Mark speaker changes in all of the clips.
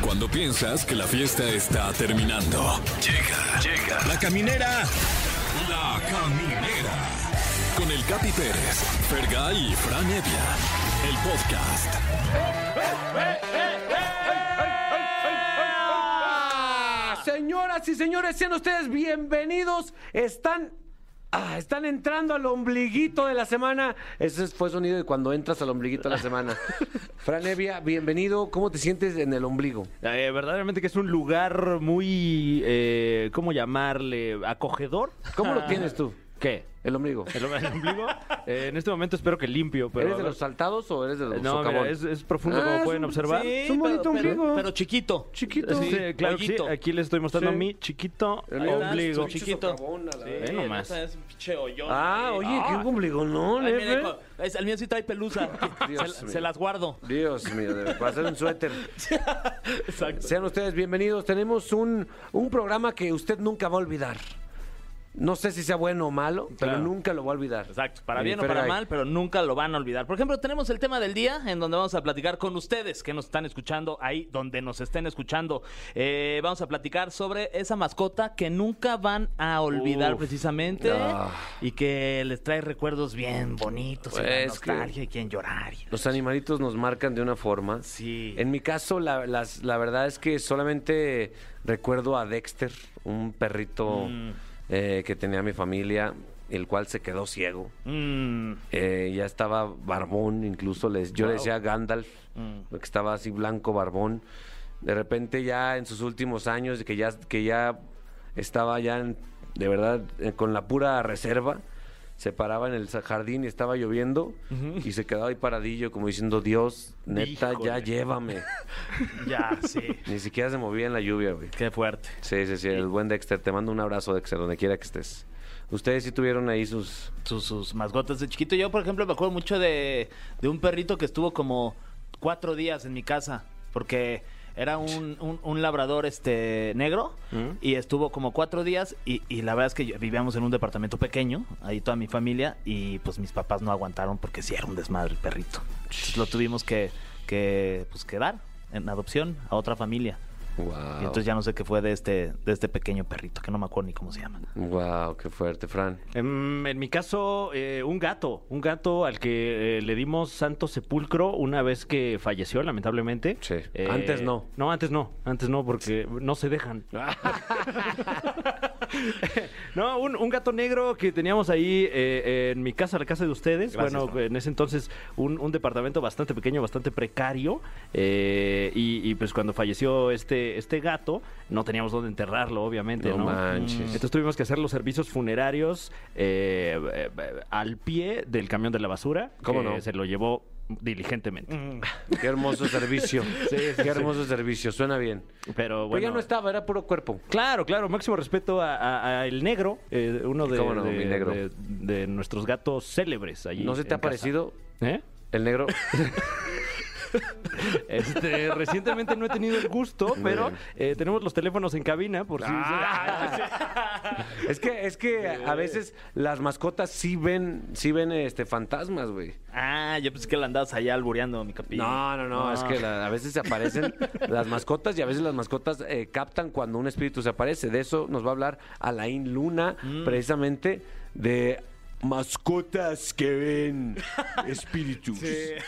Speaker 1: Cuando piensas que la fiesta está terminando. Llega, llega. La caminera. La caminera. Con el Capi Pérez, Fergay y Fran Evia. El podcast.
Speaker 2: Ah, Señoras y señores, sean ustedes bienvenidos. Están. ah, están entrando al ombliguito de la semana. Ese fue sonido de cuando entras al ombliguito de la semana. Fran Evia, bienvenido. ¿Cómo te sientes en el ombligo?
Speaker 3: Eh, verdaderamente que es un lugar muy, eh, ¿cómo llamarle? Acogedor.
Speaker 2: ¿Cómo lo tienes tú?
Speaker 3: ¿Qué?
Speaker 2: El ombligo.
Speaker 3: ¿El, el ombligo? Eh, en este momento espero que limpio, pero...
Speaker 2: ¿Eres
Speaker 3: a
Speaker 2: de
Speaker 3: ver.
Speaker 2: los saltados o eres de los
Speaker 3: no, mira,
Speaker 2: socavón?
Speaker 3: es, es profundo
Speaker 2: Ah,
Speaker 3: como
Speaker 2: es
Speaker 3: pueden
Speaker 2: un-
Speaker 3: observar.
Speaker 4: Sí,
Speaker 2: Es un bonito
Speaker 4: pero,
Speaker 2: ombligo.
Speaker 4: Pero, pero chiquito.
Speaker 2: Chiquito.
Speaker 3: Sí, claro que sí.
Speaker 4: hoyito.
Speaker 3: Aquí les estoy mostrando
Speaker 2: Sí.
Speaker 3: mi chiquito
Speaker 2: Ahí está,
Speaker 3: ombligo.
Speaker 4: su chiquito.
Speaker 3: Ve nomás.
Speaker 4: esa Es un pinche hoyón,
Speaker 2: Ah,
Speaker 4: güey.
Speaker 2: oye, qué ¿eh? ombligo, ¿no?
Speaker 4: Ay, mira, co- es- el mío sí trae pelusa.
Speaker 2: Dios
Speaker 4: se,
Speaker 2: mío.
Speaker 4: se las guardo.
Speaker 2: Dios mío, de- para hacer un suéter.
Speaker 4: Exacto.
Speaker 2: Sean ustedes bienvenidos. Tenemos un, un programa que usted nunca va a olvidar. No sé si sea bueno o malo, pero
Speaker 3: Claro.
Speaker 2: nunca lo va a olvidar.
Speaker 4: Exacto, para
Speaker 2: Mi
Speaker 4: bien o para
Speaker 2: Fergay.
Speaker 4: mal, pero nunca lo van a olvidar. Por ejemplo, tenemos el tema del día en donde vamos a platicar con ustedes que nos están escuchando ahí donde nos estén escuchando. Eh, vamos a platicar sobre esa mascota que nunca van a olvidar
Speaker 3: Uf.
Speaker 4: precisamente
Speaker 2: Ah.
Speaker 4: y que les trae recuerdos bien bonitos, y la
Speaker 2: Pues que-
Speaker 4: nostalgia y quien llorar. y-
Speaker 2: Los animalitos nos marcan de una forma.
Speaker 4: Sí.
Speaker 2: En mi caso, la, las- la verdad es que solamente recuerdo a Dexter, un perrito
Speaker 4: Mm.
Speaker 2: eh, que tenía mi familia, el cual se quedó ciego.
Speaker 4: Mm.
Speaker 2: Eh, ya estaba barbón, incluso les, yo le decía Gandalf,
Speaker 4: Mm.
Speaker 2: porque estaba así blanco, barbón. De repente ya en sus últimos años, que ya, que ya estaba ya en- de verdad eh, con la pura reserva, se paraba en el sa- jardín y estaba lloviendo y se quedaba ahí paradillo como diciendo, Dios, neta, ya
Speaker 4: Híjole.
Speaker 2: llévame.
Speaker 4: Ya, sí.
Speaker 2: Ni siquiera se movía en la lluvia, güey.
Speaker 4: Qué fuerte.
Speaker 2: Sí, sí, sí, el buen Dexter, te mando un abrazo, Dexter, donde quiera que estés. Ustedes sí tuvieron ahí sus...
Speaker 4: Sus, sus mascotas de chiquito. Yo, por ejemplo, me acuerdo mucho de, de un perrito que estuvo como cuatro días en mi casa. Porque era un, un- un labrador este negro y estuvo como cuatro días y, y la verdad es que yo- vivíamos en un departamento pequeño, ahí toda mi familia, y pues mis papás no aguantaron porque sí era un desmadre el perrito. Entonces, lo tuvimos que, que pues, quedar en adopción a otra familia.
Speaker 2: Wow.
Speaker 4: Y entonces ya no sé qué fue de este, de este pequeño perrito, que no me acuerdo ni cómo se llama.
Speaker 2: Wow, qué fuerte, Fran.
Speaker 3: Em, en mi caso, eh, un gato, un gato al que eh, le dimos santo sepulcro una vez que falleció, lamentablemente. Eh,
Speaker 2: Sí. Antes no.
Speaker 3: No, antes no, antes no, porque no se dejan. no, un, un gato negro que teníamos ahí eh, en mi casa, la casa de ustedes. bueno, en ese entonces un, un departamento bastante pequeño, bastante precario. eh, y, y, pues cuando falleció este, este gato, no teníamos dónde enterrarlo, obviamente.
Speaker 2: No
Speaker 3: No,
Speaker 2: manches.
Speaker 3: Entonces tuvimos que hacer los servicios funerarios eh, eh, eh, al pie del camión de la basura.
Speaker 2: ¿Cómo
Speaker 3: que
Speaker 2: no?
Speaker 3: Se lo llevó diligentemente.
Speaker 2: Qué hermoso servicio. Qué hermoso servicio. Suena bien.
Speaker 3: Pero
Speaker 2: Pero
Speaker 3: bueno.
Speaker 2: ya no estaba, era puro cuerpo.
Speaker 3: Claro, claro, máximo respeto a, a- a El Negro, eh, uno de,
Speaker 2: ¿Cómo no,
Speaker 3: de-
Speaker 2: mi negro?
Speaker 3: de- de nuestros gatos célebres allí.
Speaker 2: ¿No se te
Speaker 3: en
Speaker 2: ha
Speaker 3: casa.
Speaker 2: parecido
Speaker 3: ¿Eh?
Speaker 2: el negro?
Speaker 3: Este, recientemente no he tenido el gusto, pero eh, tenemos los teléfonos en cabina por si...
Speaker 2: Ah, es que, es que a veces las mascotas sí ven, sí ven este fantasmas, güey.
Speaker 4: Ah, yo pensé que la andabas allá albureando, mi capilla.
Speaker 2: No, no, no, es que la- a veces se aparecen las mascotas y a veces las mascotas eh, captan cuando un espíritu se aparece. De eso nos va a hablar Alain Luna, precisamente de mascotas que ven espíritus. ¿Eh?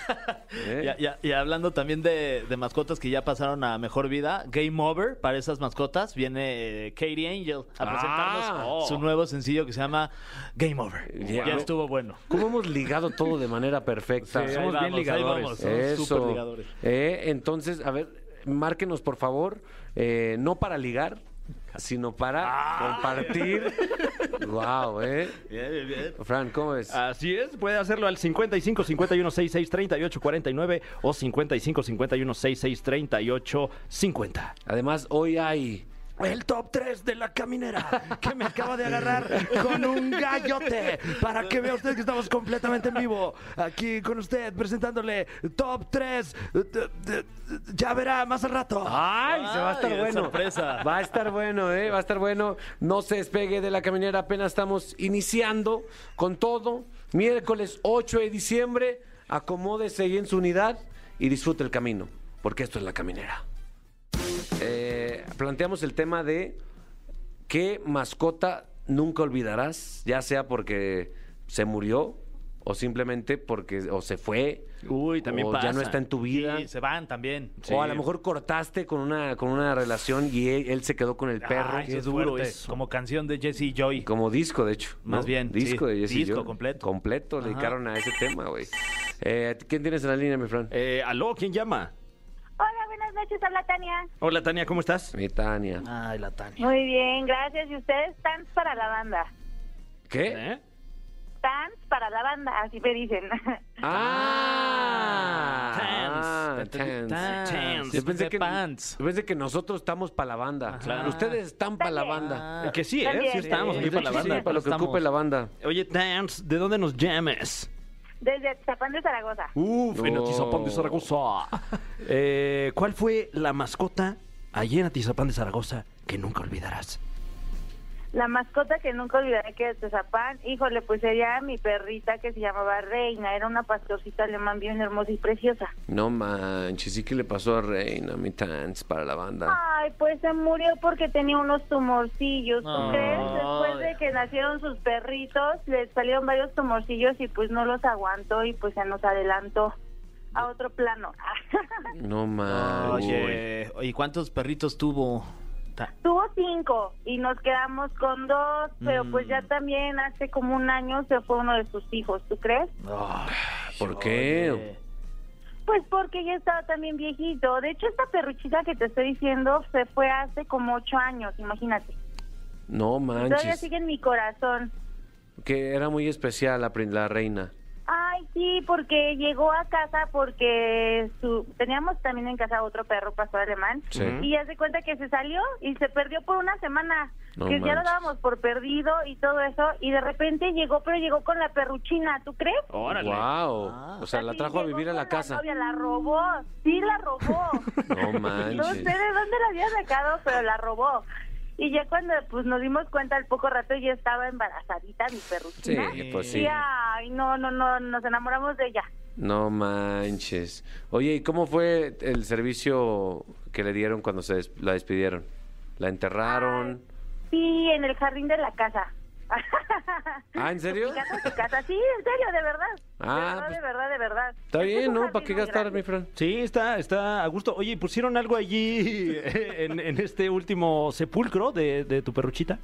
Speaker 4: Y, y- y hablando también de, de mascotas que ya pasaron a mejor vida, Game Over para esas mascotas viene eh, Katie Angel a presentarnos
Speaker 2: Ah.
Speaker 4: su nuevo sencillo que se llama Game Over.
Speaker 2: Ya.
Speaker 4: Ya estuvo bueno.
Speaker 2: ¿Cómo hemos ligado todo de manera perfecta?
Speaker 4: Sí,
Speaker 3: Somos bien
Speaker 4: ahí vamos, ahí
Speaker 3: ligadores.
Speaker 4: vamos, somos súper
Speaker 2: Eso.
Speaker 4: ligadores.
Speaker 2: Eh, entonces, a ver, márquenos por favor, eh, no para ligar, sino para
Speaker 4: Ah.
Speaker 2: compartir. wow, ¿eh? Fran, ¿cómo es?
Speaker 4: Ah.
Speaker 3: Así es, puede hacerlo al 55 51 66 38 49 o 55 51 66 38 50.
Speaker 2: Además, hoy hay.
Speaker 3: El top 3 de la caminera que me acaba de agarrar con un gallote para que vea usted que estamos completamente en vivo aquí con usted presentándole top 3 ya verá más al rato
Speaker 2: ¡Ay! se va a estar
Speaker 4: Ay,
Speaker 2: bueno.
Speaker 4: sorpresa.
Speaker 2: Va a estar bueno, ¿eh? Va a estar bueno. No se despegue de la caminera. Apenas estamos iniciando con todo. Miércoles 8 de diciembre. Acomódese ahí en su unidad y disfrute el camino. Porque esto es la caminera. Eh, planteamos el tema de qué mascota nunca olvidarás, ya sea porque se murió o simplemente porque o se fue
Speaker 3: Uy, también
Speaker 2: o
Speaker 3: pasa.
Speaker 2: ya no está en tu vida.
Speaker 4: Sí, se van también.
Speaker 3: Sí.
Speaker 2: O a lo mejor cortaste con una, con una relación y él, él se quedó con el perro.
Speaker 4: Ay,
Speaker 3: qué
Speaker 4: es
Speaker 3: duro
Speaker 4: duro eh,
Speaker 3: eso.
Speaker 4: Como canción de Jesse y Joy.
Speaker 2: Como disco, de hecho.
Speaker 4: Más bien,
Speaker 2: Disco
Speaker 4: sí.
Speaker 2: de Jesse
Speaker 4: Disco
Speaker 2: Joy.
Speaker 4: completo.
Speaker 2: Completo, le
Speaker 4: Ajá.
Speaker 2: dedicaron a ese tema, güey. Eh, ¿Quién tienes en la línea, mi Fran?
Speaker 3: Eh, aló, ¿quién llama?
Speaker 5: Hola, buenas noches, habla Tania.
Speaker 3: Hola, Tania, ¿cómo estás?
Speaker 2: Mi Tania.
Speaker 4: Ay, la Tania.
Speaker 5: Muy bien, gracias. Y ustedes, tans para la banda.
Speaker 2: ¿Qué?
Speaker 3: ¿Eh?
Speaker 5: Tans para la banda, así me dicen.
Speaker 2: Ah, ah,
Speaker 4: Tans.
Speaker 2: tans.
Speaker 4: Tans.
Speaker 3: Tans.
Speaker 2: Yo pensé,
Speaker 4: De
Speaker 2: que,
Speaker 4: pants.
Speaker 2: yo pensé que nosotros estamos para la banda.
Speaker 3: Claro.
Speaker 2: Ustedes están para la banda.
Speaker 4: Ah, pues
Speaker 3: Que sí, ¿eh?
Speaker 5: También.
Speaker 3: Sí estamos aquí
Speaker 2: Sí,
Speaker 3: para la
Speaker 2: sí,
Speaker 3: banda.
Speaker 2: para lo que
Speaker 4: Estamos.
Speaker 2: ocupe la banda.
Speaker 3: Oye, Tans, ¿de dónde nos llamas?
Speaker 5: Desde Zapán de Zaragoza.
Speaker 3: Uf, en
Speaker 2: No.
Speaker 3: Atizapán de Zaragoza. Eh, ¿Cuál fue la mascota allí en Atizapán de Zaragoza que nunca olvidarás?
Speaker 5: La mascota que nunca olvidaré que es de Zapán, híjole, pues sería mi perrita que se llamaba Reina. Era una pastorcita alemán bien hermosa y preciosa.
Speaker 2: No manches, sí que le pasó a Reina, mi Tans, para la banda.
Speaker 5: Ay, pues se murió porque tenía unos tumorcillos. ¿tú
Speaker 4: Ay.
Speaker 5: crees? Después de que nacieron sus perritos, le salieron varios tumorcillos y pues no los aguantó y pues se nos adelantó a otro plano.
Speaker 2: No manches.
Speaker 4: Oye, ¿y cuántos perritos tuvo? Ta-
Speaker 5: Tuvo cinco y nos quedamos con dos, pero pues
Speaker 2: Mm.
Speaker 5: ya también hace como un año se fue uno de sus hijos, ¿tú crees?
Speaker 2: ¿Por qué?
Speaker 5: Pues porque ya estaba también viejito. De hecho, esta perruchita que te estoy diciendo se fue hace como ocho años, imagínate.
Speaker 2: No
Speaker 5: Todavía
Speaker 2: manches.
Speaker 5: sigue en mi corazón.
Speaker 2: Que era muy especial la, prin- la reina.
Speaker 5: Ay, sí, porque llegó a casa porque su, teníamos también en casa otro perro pastor alemán
Speaker 2: Sí.
Speaker 5: y ya se cuenta que se salió y se perdió por una semana,
Speaker 2: No
Speaker 5: que ya lo
Speaker 2: manches.
Speaker 5: dábamos por perdido y todo eso y de repente llegó, pero llegó con la perruchina, ¿tú crees?
Speaker 3: Órale.
Speaker 2: Wow. Oh, O sea, la
Speaker 5: Así
Speaker 2: trajo a
Speaker 5: Ah. llegó
Speaker 2: vivir a
Speaker 5: con
Speaker 2: la casa.
Speaker 5: novia, la robó, sí la robó.
Speaker 2: No
Speaker 5: No sé
Speaker 2: manches.
Speaker 5: de dónde la había sacado, pero la robó. Y ya cuando pues nos dimos cuenta al poco rato ya estaba embarazadita mi
Speaker 2: Sí,
Speaker 5: perruchina.
Speaker 2: pues
Speaker 5: Y,
Speaker 2: sí.
Speaker 5: ay, no, no, no, nos enamoramos de ella.
Speaker 2: No manches. Oye, ¿y cómo fue el servicio que le dieron cuando se des- la despidieron? ¿La enterraron?
Speaker 5: Sí, en el jardín de la casa.
Speaker 2: Ah, ¿en serio?
Speaker 5: Mi casa, tu casa. Sí, en serio, de verdad.
Speaker 2: Ah,
Speaker 5: de, verdad
Speaker 2: pues,
Speaker 5: de verdad, de verdad. Este
Speaker 2: Está
Speaker 5: Es que es
Speaker 2: bien,
Speaker 5: un
Speaker 2: ¿no?
Speaker 5: jardín
Speaker 2: ¿Para qué
Speaker 5: muy
Speaker 2: gastar,
Speaker 5: grande.
Speaker 2: mi Fran?
Speaker 3: Sí, está, está a gusto. Oye, ¿pusieron algo allí en, en este último sepulcro de, de tu perruchita?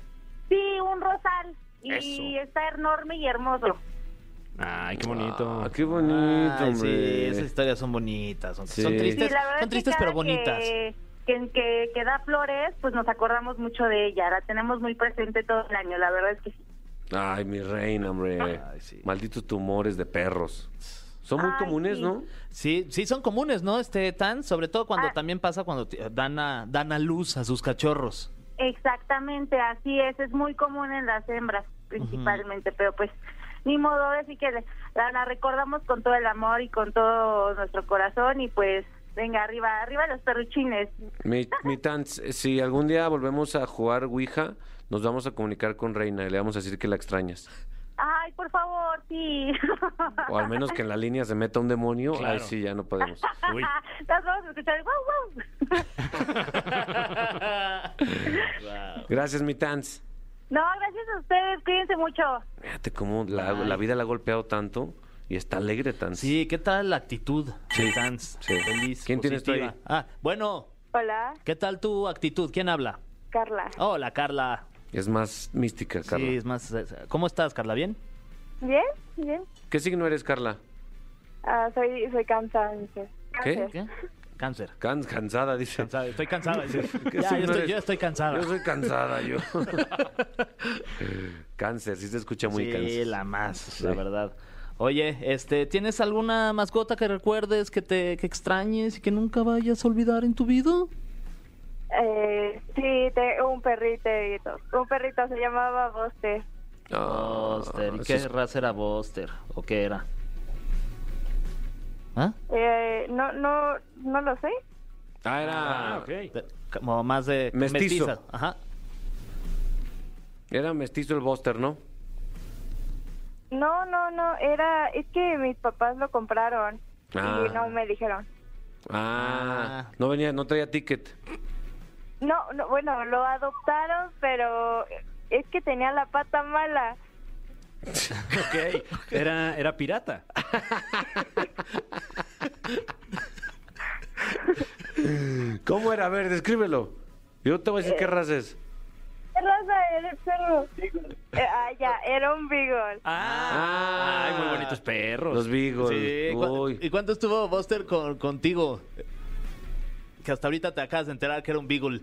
Speaker 5: Sí, un rosal. Y
Speaker 3: Eso.
Speaker 5: está enorme y hermoso.
Speaker 3: Ay, qué bonito.
Speaker 2: Ah, qué bonito,
Speaker 4: Ay, sí,
Speaker 2: hombre.
Speaker 4: esas historias son bonitas. Son,
Speaker 2: Sí.
Speaker 4: son
Speaker 5: Sí,
Speaker 4: tristes,
Speaker 5: la verdad
Speaker 4: son
Speaker 5: es que
Speaker 4: tristes
Speaker 5: cada
Speaker 4: pero bonitas.
Speaker 5: Que, que, que- que da flores, pues nos acordamos mucho de ella. La tenemos muy presente todo el año, la verdad es que sí.
Speaker 2: Ay, mi reina, hombre.
Speaker 4: Ay, sí.
Speaker 2: Malditos tumores de perros. Son muy
Speaker 5: Ay,
Speaker 2: comunes,
Speaker 5: sí.
Speaker 2: ¿no?
Speaker 4: Sí, sí, son comunes, ¿no? Este tan, sobre todo cuando
Speaker 5: Ah.
Speaker 4: también pasa cuando te- dan a, dan a luz a sus cachorros.
Speaker 5: Exactamente, así es. Es muy común en las hembras, principalmente, pero pues ni modo, así que le- la, la recordamos con todo el amor y con todo nuestro corazón y pues venga, arriba, arriba los perruchines.
Speaker 2: Mi, mi Tans, si algún día volvemos a jugar Ouija, nos vamos a comunicar con Reina y le vamos a decir que la extrañas.
Speaker 5: Ay, por favor, sí.
Speaker 2: O al menos que en la línea se meta un demonio. Ay,
Speaker 3: Claro.
Speaker 2: sí, ya no podemos.
Speaker 5: Nos vamos a escuchar. ¡Wow, wow!
Speaker 2: Gracias, mi Tans.
Speaker 5: No, gracias a ustedes, cuídense mucho.
Speaker 2: Fíjate cómo la, la vida la ha golpeado tanto y está alegre, Tans.
Speaker 4: Sí, ¿qué tal la actitud de Tans?
Speaker 2: sí.
Speaker 4: Feliz,
Speaker 2: ¿Quién tienes tú
Speaker 4: positiva.
Speaker 2: ahí?
Speaker 4: Ah, bueno,
Speaker 5: Hola,
Speaker 4: ¿qué tal tu actitud? ¿Quién habla?
Speaker 5: Carla.
Speaker 4: Hola, Carla.
Speaker 2: Es más mística, Carla.
Speaker 4: Sí, es más. es- ¿Cómo estás, Carla? ¿Bien?
Speaker 5: ¿Bien? Bien.
Speaker 2: ¿Qué signo eres, Carla?
Speaker 5: Ah, soy, soy cáncer.
Speaker 2: ¿Qué?
Speaker 4: ¿Qué? Cáncer.
Speaker 2: Can- cansada, dice.
Speaker 4: Cansada, Estoy cansada. dice.
Speaker 2: ¿Qué
Speaker 4: Ya,
Speaker 2: signo
Speaker 4: yo, estoy,
Speaker 2: eres?
Speaker 4: yo estoy cansada.
Speaker 2: Yo soy cansada, yo. cáncer, sí se escucha muy
Speaker 4: sí,
Speaker 2: cáncer.
Speaker 4: la más,
Speaker 2: Sí.
Speaker 4: la verdad. Oye, este, ¿tienes alguna mascota que recuerdes, que te que extrañes y que nunca vayas a olvidar en tu vida?
Speaker 5: Eh, sí, te- un perrito. Un perrito se llamaba Boste.
Speaker 2: Ah,
Speaker 4: Buster, ¿y
Speaker 2: eso
Speaker 4: qué
Speaker 2: es-
Speaker 4: raza era Buster? ¿O qué era? ¿Ah?
Speaker 5: Eh, no, no, no lo sé.
Speaker 2: Ah, era,
Speaker 3: Ah, ok.
Speaker 4: De- Como más de
Speaker 2: Mestizo.
Speaker 4: mestiza. Ajá.
Speaker 2: era mestizo el Buster, ¿no?
Speaker 5: No, no, no. Era, es que mis papás lo compraron
Speaker 2: Ah.
Speaker 5: y no me dijeron.
Speaker 2: Ah,
Speaker 4: Ah.
Speaker 2: no venía, no traía ticket.
Speaker 5: No, no, bueno, lo adoptaron, pero es que tenía la pata mala.
Speaker 3: Ok, era, era pirata.
Speaker 2: ¿Cómo era? A ver, descríbelo. Yo te voy a decir qué raza es.
Speaker 5: ¿Qué raza era el perro? Eh, ah, ya, era un beagle.
Speaker 3: Ah, ay, muy bonitos perros.
Speaker 2: Los Beagles.
Speaker 4: Sí, ¿cu-
Speaker 2: Uy.
Speaker 4: ¿Y cuánto estuvo Buster con- contigo? Que hasta ahorita te acabas de enterar que era un beagle.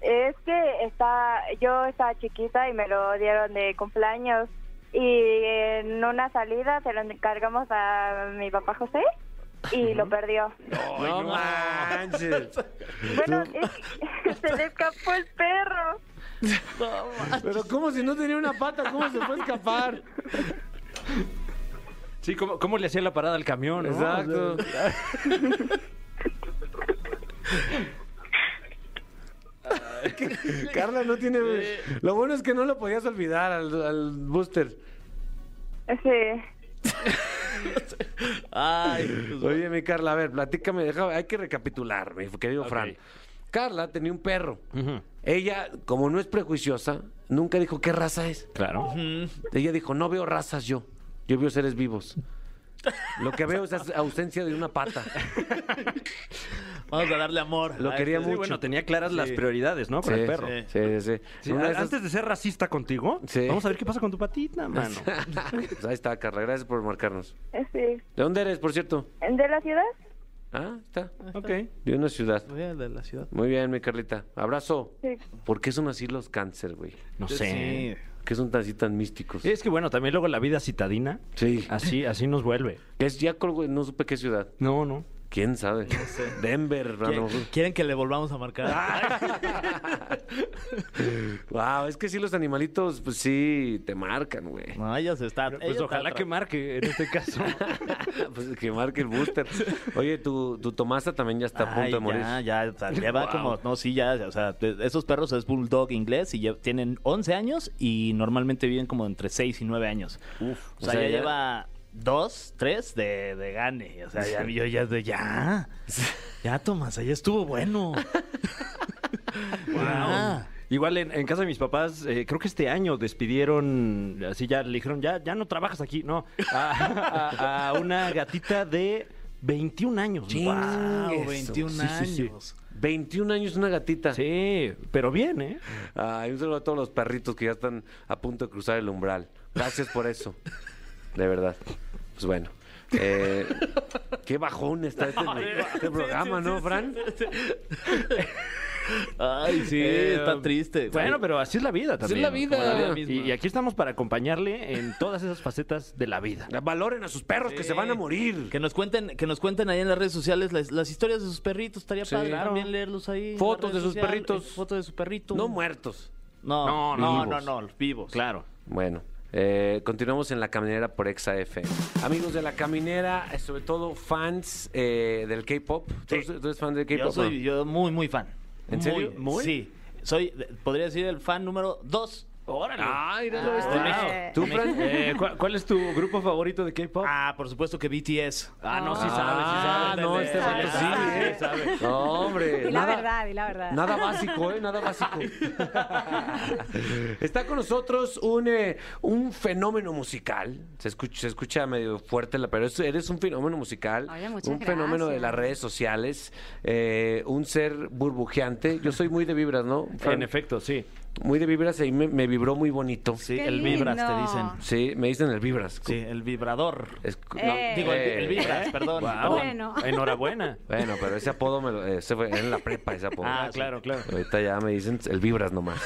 Speaker 5: Es que está, yo estaba chiquita y me lo dieron de cumpleaños. Y en una salida se lo encargamos a mi papá José y lo perdió.
Speaker 2: No manches.
Speaker 5: Bueno, es- se le escapó el perro.
Speaker 2: Pero ¿cómo si no tenía una pata? ¿Cómo se puede escapar?
Speaker 3: Sí, ¿cómo, cómo le hacía la parada al camión? no?
Speaker 2: Exacto. Carla no tiene... Lo bueno es que no lo podías olvidar al, al Booster.
Speaker 5: Sí.
Speaker 4: Ay, pues,
Speaker 2: Oye, mi Carla, a ver, platícame, deja- hay que recapitular, mi querido Fran. Carla tenía un perro.
Speaker 3: Ujú,
Speaker 2: Ella, como no es prejuiciosa, nunca dijo qué raza es.
Speaker 3: Claro.
Speaker 2: Ella dijo, no veo razas yo, yo veo seres vivos. Lo que veo es as- ausencia de una pata.
Speaker 4: vamos a darle amor.
Speaker 2: Lo
Speaker 4: a este
Speaker 2: quería
Speaker 3: Ah, este, Sí,
Speaker 2: mucho.
Speaker 3: bueno, tenía claras las prioridades, ¿no? Con el perro.
Speaker 2: Sí, sí, sí.
Speaker 3: Sí,
Speaker 2: Una de
Speaker 3: a-
Speaker 2: esas-
Speaker 3: Antes de ser racista contigo,
Speaker 2: Sí.
Speaker 3: vamos a ver qué pasa con tu patita, mano.
Speaker 2: Pues ahí está, Carla, gracias por marcarnos.
Speaker 5: Sí.
Speaker 2: ¿De dónde eres, por cierto?
Speaker 5: ¿De la ciudad?
Speaker 2: Ah, está.
Speaker 3: ok.
Speaker 2: De una ciudad.
Speaker 4: Voy a de la ciudad.
Speaker 2: Muy bien, mi Carlita. Abrazo.
Speaker 5: Sí.
Speaker 2: ¿Por qué son así los cáncer, güey?
Speaker 3: No
Speaker 4: Sí.
Speaker 3: sé.
Speaker 2: ¿Por qué son tan así tan místicos?
Speaker 3: Es que bueno, también luego la vida citadina,
Speaker 2: Sí.
Speaker 3: así, así nos vuelve.
Speaker 2: Es Jackal, güey, no supe qué ciudad.
Speaker 3: No, no.
Speaker 2: ¿Quién sabe? Denver, a lo
Speaker 4: ¿Quieren,
Speaker 2: mejor.
Speaker 4: quieren que le volvamos a marcar?
Speaker 2: Ah. Wow, es que sí, los animalitos, pues sí, te marcan, güey.
Speaker 4: No, ella se está. ella
Speaker 3: Pues
Speaker 4: está
Speaker 3: ojalá
Speaker 4: atrás.
Speaker 3: que marque en este caso.
Speaker 2: pues que marque el booster. Oye, tu, tu Tomasa también ya está a punto
Speaker 4: Ay,
Speaker 2: de morir.
Speaker 4: Ya, ya, o sea, lleva
Speaker 2: Wow.
Speaker 4: como. No, sí, ya. O sea, de- esos perros es bulldog inglés y ya tienen 11 años y normalmente viven como entre 6 y 9 años.
Speaker 2: Uf,
Speaker 4: o sea, ya, lleva 2, 3 de, de gane. O sea, ya, yo ya de ya. Ya, Tomás, ya estuvo bueno.
Speaker 3: Wow.
Speaker 4: Ah.
Speaker 3: Igual en, en casa de mis papás, eh, creo que este año despidieron, así ya le dijeron, ya, ya no trabajas aquí, no, a, a- a una gatita de 21 años.
Speaker 4: Wow,
Speaker 2: Eso.
Speaker 4: 21
Speaker 2: Sí, sí, sí.
Speaker 4: años.
Speaker 2: 21 años una gatita.
Speaker 3: Sí, pero bien, ¿eh?
Speaker 2: Ay, un saludo a todos los perritos que ya están a punto de cruzar el umbral. Gracias por eso. De verdad. Pues bueno. Eh, qué bajón está este, este programa, ¿no, Fran?
Speaker 4: Ay, sí,
Speaker 3: Eh,
Speaker 4: está triste.
Speaker 3: Bueno, pero así es la vida también.
Speaker 2: la vida.
Speaker 3: Como
Speaker 4: misma.
Speaker 3: Y, y aquí estamos para acompañarle en todas esas facetas de la vida.
Speaker 2: Valoren a sus perros que se van a morir.
Speaker 4: Que nos cuenten, que nos cuenten ahí en las redes sociales las, las historias de sus perritos, estaría
Speaker 2: Sí.
Speaker 4: padre
Speaker 2: Claro.
Speaker 4: también leerlos ahí. en la
Speaker 2: Fotos
Speaker 4: red
Speaker 2: de sus
Speaker 4: social,
Speaker 2: perritos.
Speaker 4: eh, Fotos de su perrito.
Speaker 2: No muertos.
Speaker 4: No,
Speaker 3: No,
Speaker 4: no, no,
Speaker 3: vivos.
Speaker 4: no, no, vivos.
Speaker 3: Claro.
Speaker 2: Bueno, eh, continuamos en La Caminera por Exa F. Amigos de La Caminera, eh, sobre todo fans eh, del K-pop. ¿Tú, tú eres fan del K-pop?
Speaker 4: Yo soy yo muy, muy fan.
Speaker 2: ¿En
Speaker 4: Muy,
Speaker 2: serio? ¿Muy?
Speaker 4: Sí. Soy, podría decir, el fan número dos.
Speaker 3: Órale.
Speaker 2: Ah, míralo este.
Speaker 5: Wow.
Speaker 2: México. ¿Tú, Fran?
Speaker 3: ¿cuál, eh, cuál es tu grupo favorito de K-pop?
Speaker 4: Ah, por supuesto que BTS.
Speaker 3: Ah, no, sí sabe, sí
Speaker 2: Ah,
Speaker 3: sabe.
Speaker 2: no, este vato sí, ¿eh? No, hombre.
Speaker 6: Di la
Speaker 2: nada,
Speaker 6: verdad, di la verdad.
Speaker 2: Nada básico, ¿eh? Nada básico. Está con nosotros un, eh, un fenómeno musical. Se escucha, se escucha medio fuerte, la, pero es- eres un fenómeno musical.
Speaker 6: Oye, muchas
Speaker 2: un fenómeno de
Speaker 6: gracias.
Speaker 2: las redes sociales. eh, un ser burbujeante. Yo soy muy de vibras, ¿no? Fran?
Speaker 3: En efecto, sí.
Speaker 2: Muy de vibras y me, me vibró muy bonito.
Speaker 4: Sí,
Speaker 6: Qué
Speaker 4: el Vibras te
Speaker 6: lindo.
Speaker 4: dicen.
Speaker 2: Sí, me dicen el vibras.
Speaker 4: Sí, el vibrador.
Speaker 2: Es- no,
Speaker 6: Eh.
Speaker 4: Digo, el,
Speaker 2: eh,
Speaker 4: el Vibras, perdón.
Speaker 3: Guau.
Speaker 4: perdón.
Speaker 6: Bueno.
Speaker 3: Enhorabuena.
Speaker 2: Bueno, pero ese apodo me lo, ese fue en la prepa, ese apodo.
Speaker 3: Ah, claro, claro.
Speaker 2: Ahorita ya me dicen el vibras nomás.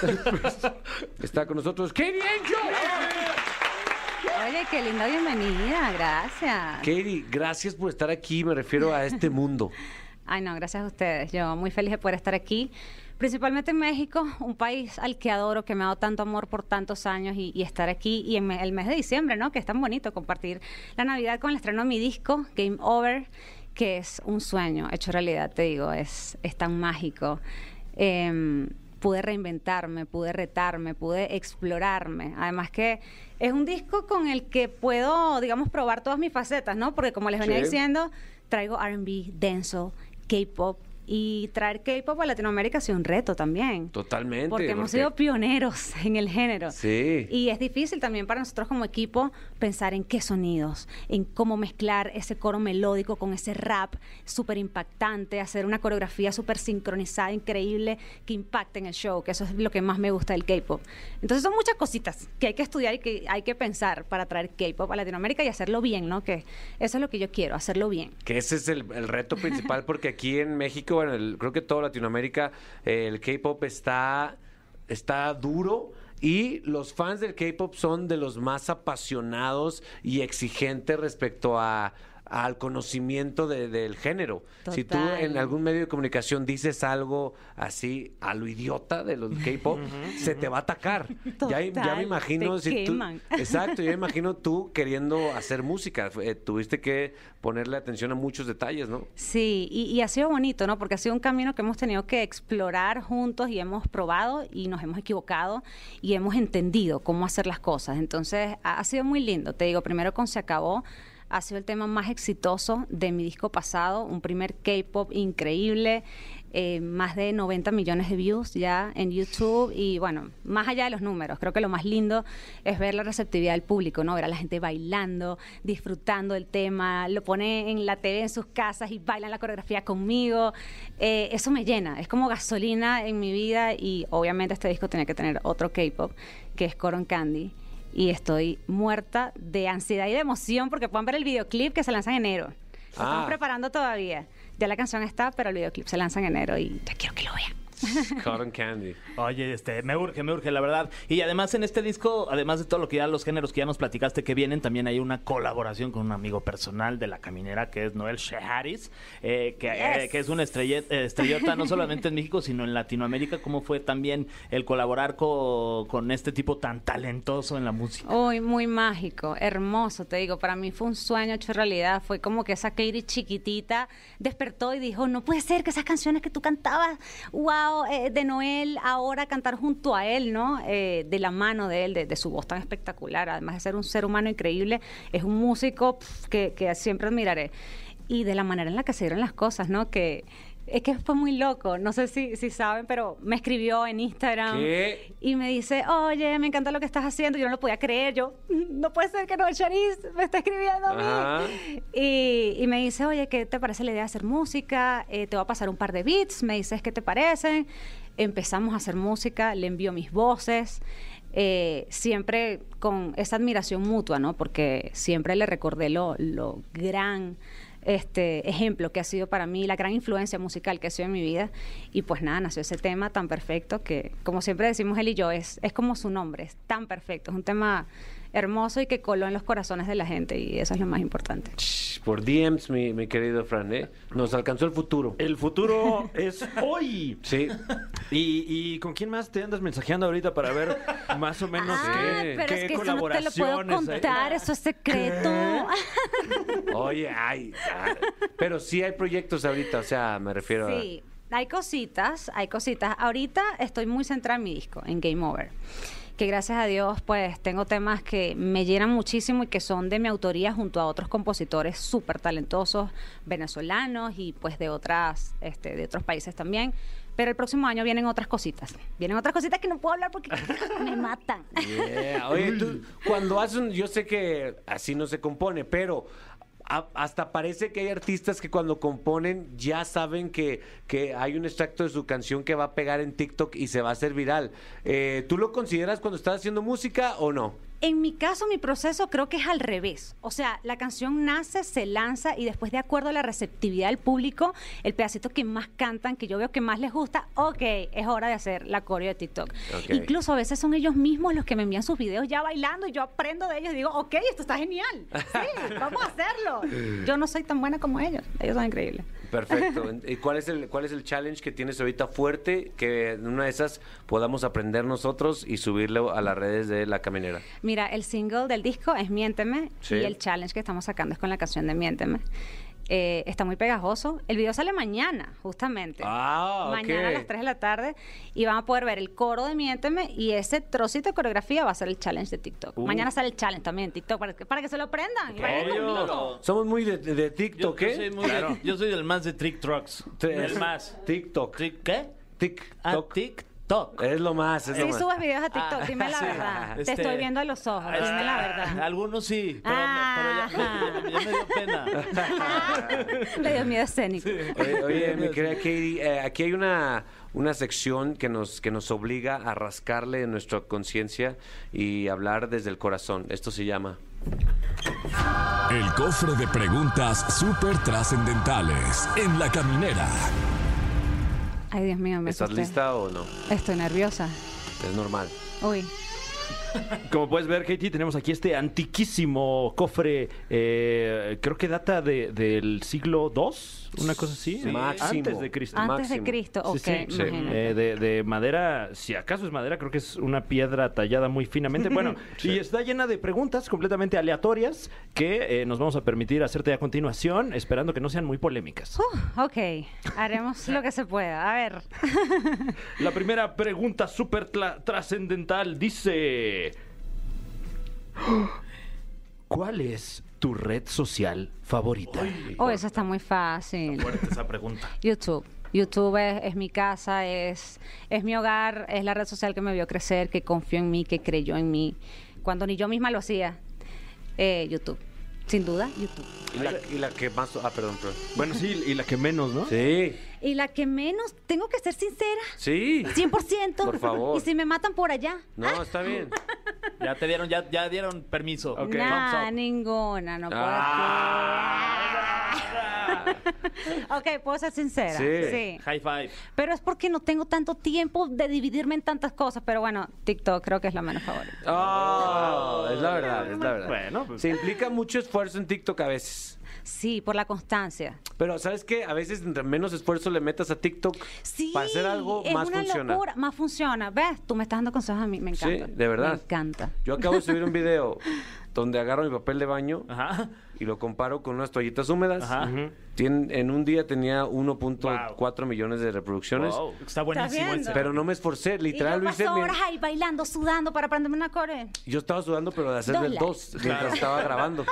Speaker 2: Está con nosotros Katie Angel.
Speaker 6: Oye, qué linda bienvenida, gracias.
Speaker 2: Katie, gracias por estar aquí. Me refiero a este mundo.
Speaker 6: Ay, no, gracias a ustedes. Yo muy feliz de poder estar aquí. Principalmente en México, un país al que adoro, que me ha dado tanto amor por tantos años y, y estar aquí. Y en me- el mes de diciembre, ¿no? Que es tan bonito compartir la Navidad con el estreno de mi disco, Game Over, que es un sueño hecho realidad, te digo, es, es tan mágico. Em, pude reinventarme, pude retarme, pude explorarme. Además que es un disco con el que puedo, digamos, probar todas mis facetas, ¿no? Porque como les venía
Speaker 2: Sí.
Speaker 6: diciendo, traigo RB denso, K-pop. Y traer K-pop a Latinoamérica ha sido un reto también.
Speaker 2: Totalmente.
Speaker 6: Porque hemos sido pioneros en el género.
Speaker 2: Sí.
Speaker 6: Y es difícil también para nosotros como equipo pensar en qué sonidos, en cómo mezclar ese coro melódico con ese rap súper impactante, hacer una coreografía súper sincronizada, increíble, que impacte en el show, que eso es lo que más me gusta del K-pop. Entonces son muchas cositas que hay que estudiar y que hay que pensar para traer K-pop a Latinoamérica y hacerlo bien, ¿no? Que eso es lo que yo quiero, hacerlo bien.
Speaker 2: Que ese es el, el reto principal porque aquí en México, bueno, el- creo que toda Latinoamérica, eh, el K-pop está, está duro. Y los fans del K-pop son de los más apasionados y exigentes respecto a, al conocimiento de- del género. Si tú
Speaker 6: Total.
Speaker 2: en algún medio de comunicación dices algo así a lo idiota de los K-pop, se te va a atacar. ya, ya
Speaker 6: Total,
Speaker 2: me imagino
Speaker 6: te
Speaker 2: si tú-
Speaker 6: queman.
Speaker 2: Exacto, yo me imagino tú queriendo hacer música. eh, tuviste que ponerle atención a muchos detalles, ¿no?
Speaker 6: Sí, y, y ha sido bonito, ¿no? Porque ha sido un camino que hemos tenido que explorar juntos y hemos probado y nos hemos equivocado y hemos entendido cómo hacer las cosas. Entonces, ha, ha sido muy lindo. Te digo, primero con Se Acabó, ha sido el tema más exitoso de mi disco pasado, un primer K-pop increíble, eh, más de 90 millones de views ya en YouTube y bueno, más allá de los números, creo que lo más lindo es ver la receptividad del público, ¿no? Ver a la gente bailando, disfrutando del tema, lo pone en la TV en sus casas y bailan la coreografía conmigo. Eh, eso me llena, es como gasolina en mi vida y obviamente este disco tenía que tener otro K-pop, que es Coron Candy. Y estoy muerta de ansiedad y de emoción porque pueden ver el videoclip que se lanza en enero. Lo
Speaker 2: Ah.
Speaker 6: estamos preparando todavía. Ya la canción está, pero el videoclip se lanza en enero y ya quiero que lo vean.
Speaker 2: Cotton Candy.
Speaker 4: Oye, este, me urge, me urge, la verdad. Y además en este disco, además de todo lo que ya los géneros que ya nos platicaste que vienen, también hay una colaboración con un amigo personal de la caminera que es Noel Sheharis, eh, que, eh,
Speaker 6: Yes.
Speaker 4: que es un estrellet- eh, estrellota no solamente en México, sino en Latinoamérica. ¿Cómo fue también el colaborar co- con este tipo tan talentoso en la música?
Speaker 6: Uy, muy mágico, hermoso, te digo. Para mí fue un sueño hecho realidad. Fue como que esa Katie chiquitita despertó y dijo: No puede ser que esas canciones que tú cantabas, wow, eh, de Noel, ahora cantar junto a él, ¿no? Eh, de la mano de él, de, de su voz tan espectacular. Además de ser un ser humano increíble, es un músico pf, que, que siempre admiraré. Y de la manera en la que se dieron las cosas, ¿no? Que. Es que fue muy loco, no sé si, si saben, pero me escribió en Instagram
Speaker 2: ¿Qué?
Speaker 6: y me dice, oye, me encanta lo que estás haciendo. Yo no lo podía creer. Yo, no puede ser que Noel Chariz me está escribiendo a
Speaker 2: Ajá.
Speaker 6: mí. Y, y me dice, oye, ¿qué te parece la idea de hacer música? Eh, te voy a pasar un par de beats. Me dices, ¿qué te parecen? Empezamos a hacer música, le envío mis voces. eh, siempre con esa admiración mutua, ¿no? Porque siempre le recordé lo, lo gran este ejemplo que ha sido para mí, la gran influencia musical que ha sido en mi vida. Y pues nada, nació ese tema tan perfecto que, como siempre decimos él y yo, es, es como su nombre, es tan perfecto. Es un tema hermoso y que coló en los corazones de la gente y eso es lo más importante.
Speaker 2: Shh, Por DMs, mi, mi querido Fran, ¿eh? Nos alcanzó el futuro.
Speaker 3: El futuro es hoy.
Speaker 2: Sí.
Speaker 3: ¿Y, y con quién más te andas mensajeando ahorita para ver más o menos
Speaker 6: ah,
Speaker 3: qué,
Speaker 6: pero
Speaker 3: qué
Speaker 6: es que eso no te lo puedo
Speaker 3: colaboraciones hay?
Speaker 6: contar, eso es secreto.
Speaker 2: Oye, ay, ay. Pero sí hay proyectos ahorita, o sea, me refiero a...
Speaker 6: Sí, hay cositas, hay cositas. Ahorita estoy muy centrada en mi disco, en Game Over. Que gracias a Dios, pues tengo temas que me llenan muchísimo y que son de mi autoría junto a otros compositores súper talentosos venezolanos y pues de otras, este, de otros países también. Pero el próximo año vienen otras cositas. Vienen otras cositas que no puedo hablar porque me matan.
Speaker 2: Yeah. Oye, tú, cuando haces un- Yo sé que así no se compone, pero a- hasta parece que hay artistas que cuando componen ya saben que, que hay un extracto de su canción que va a pegar en TikTok y se va a hacer viral. Eh, ¿Tú lo consideras cuando estás haciendo música o no?
Speaker 6: En mi caso, mi proceso creo que es al revés. O sea, la canción nace, se lanza y después, de acuerdo a la receptividad del público, el pedacito que más cantan, que yo veo que más les gusta, ok, es hora de hacer la coreo de TikTok.
Speaker 2: Ok.
Speaker 6: Incluso a veces son ellos mismos los que me envían sus videos ya bailando y yo aprendo de ellos y digo, ok, esto está genial. Sí, vamos a hacerlo. Yo no soy tan buena como ellos. Ellos son increíbles.
Speaker 2: Perfecto. ¿Y cuál es el cuál es el challenge que tienes ahorita fuerte que en una de esas podamos aprender nosotros y subirlo a las redes de la caminera?
Speaker 6: Mira, el single del disco es Miénteme
Speaker 2: Sí.
Speaker 6: y el challenge que estamos sacando es con la canción de Miénteme. Eh, está muy pegajoso. El video sale mañana, justamente.
Speaker 2: Ah, ok.
Speaker 6: Mañana a las 3 de la tarde. Y van a poder ver el coro de Miénteme y ese trocito de coreografía va a ser el challenge de TikTok.
Speaker 3: Uh.
Speaker 6: Mañana sale el challenge también en TikTok para que, para que se lo aprendan. Y vayan
Speaker 3: Obvio.
Speaker 6: conmigo.
Speaker 2: Somos muy de, de- de TikTok,
Speaker 4: yo
Speaker 2: ¿eh?
Speaker 4: soy muy- yo soy el más de Trick Trucks.
Speaker 2: Tres.
Speaker 4: El más.
Speaker 2: TikTok.
Speaker 4: Trick- ¿Qué? Ah,
Speaker 2: TikTok.
Speaker 4: TikTok.
Speaker 2: Es lo más, es lo
Speaker 6: Sí
Speaker 2: más.
Speaker 6: subes videos a TikTok,
Speaker 4: Ah,
Speaker 6: dime la
Speaker 4: sí.
Speaker 6: verdad.
Speaker 4: Este-
Speaker 6: Te estoy viendo a los ojos, dime la verdad. Ah.
Speaker 4: Algunos sí, pero, me- pero ya- ya, me dio pena.
Speaker 6: Le dio miedo escénico.
Speaker 2: Oye, oye, mi querida Katie, eh, aquí hay una, una sección que nos, que nos obliga a rascarle nuestra conciencia y hablar desde el corazón. Esto se llama.
Speaker 1: El cofre de preguntas súper trascendentales en la caminera.
Speaker 6: Ay, Dios mío, me
Speaker 2: ¿Estás
Speaker 6: asusté.
Speaker 2: lista o no?
Speaker 6: Estoy nerviosa.
Speaker 2: Es normal.
Speaker 6: Uy.
Speaker 3: Como puedes ver, Katie, tenemos aquí este antiquísimo cofre. eh, creo que data de- del siglo II, una cosa así.
Speaker 2: Máximo.
Speaker 3: Antes de Cristo.
Speaker 6: Antes
Speaker 2: Máximo.
Speaker 6: de Cristo, Ah, ok.
Speaker 3: Sí, sí, sí.
Speaker 6: imagínate.
Speaker 3: Eh, de, de madera, si acaso es madera, creo que es una piedra tallada muy finamente. Bueno, y está llena de preguntas completamente aleatorias que eh, nos vamos a permitir hacerte a continuación, esperando que no sean muy polémicas.
Speaker 6: Uh, ok, haremos lo que se pueda. A ver.
Speaker 3: La primera pregunta súper tla- trascendental dice... ¿Cuál es tu red social favorita?
Speaker 6: Oh, eso está muy fácil.
Speaker 4: Fuerte esa pregunta.
Speaker 6: YouTube. YouTube es, es mi casa, es, es mi hogar, es la red social que me vio crecer, que confió en mí, que creyó en mí. Cuando ni yo misma lo hacía, eh, YouTube. Sin duda, YouTube.
Speaker 2: Y la, y la que más. Ah, perdón, perdón.
Speaker 3: Bueno, sí, y la que menos, ¿no?
Speaker 2: Sí,
Speaker 6: Y la que menos, tengo que ser sincera,
Speaker 2: sí.
Speaker 6: 100%.
Speaker 2: Por favor.
Speaker 6: Y si me matan por allá.
Speaker 2: No, está bien.
Speaker 4: Ya te dieron, ya, ya dieron permiso.
Speaker 6: No,
Speaker 4: Thumbs up.
Speaker 6: ninguna, no puedo
Speaker 4: Ah.
Speaker 6: decir. ok, puedo ser sincera.
Speaker 2: Sí.
Speaker 6: sí.
Speaker 4: High five.
Speaker 6: Pero es porque no tengo tanto tiempo de dividirme en tantas cosas. Pero bueno, TikTok creo que es la menos favorita.
Speaker 2: Oh, es la verdad, es la verdad.
Speaker 3: Bueno, pues-
Speaker 2: Se implica mucho esfuerzo en TikTok a veces.
Speaker 6: Sí, por la constancia.
Speaker 2: Pero ¿sabes qué? A veces entre menos esfuerzo le metas a TikTok
Speaker 6: Sí,
Speaker 2: para hacer algo
Speaker 6: es
Speaker 2: más
Speaker 6: una
Speaker 2: funciona.
Speaker 6: locura, más funciona. ¿Ves? Tú me estás dando consejos a mí, me
Speaker 2: Sí,
Speaker 6: encanta.
Speaker 2: de verdad.
Speaker 6: Me encanta.
Speaker 2: Yo acabo de subir un video donde agarro mi papel de baño
Speaker 4: Ajá.
Speaker 2: y lo comparo con unas toallitas húmedas.
Speaker 4: Ajá.
Speaker 2: Tien- en un día tenía 1.4 millones de reproducciones.
Speaker 4: Wow, Está
Speaker 6: ¿Estás
Speaker 4: buenísimo
Speaker 6: viendo?
Speaker 4: ese.
Speaker 2: Pero no me esforcé, literal
Speaker 6: y yo
Speaker 2: lo hice.
Speaker 6: paso
Speaker 2: mien-
Speaker 6: horas ahí bailando, sudando para aprenderme una core.
Speaker 2: Yo estaba sudando, pero de hacer del
Speaker 6: Dólares.
Speaker 2: 2 mientras estaba grabando.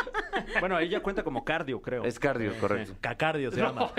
Speaker 3: Bueno, ella cuenta como cardio, creo.
Speaker 2: Es cardio, correcto.
Speaker 4: Cacardio se llama.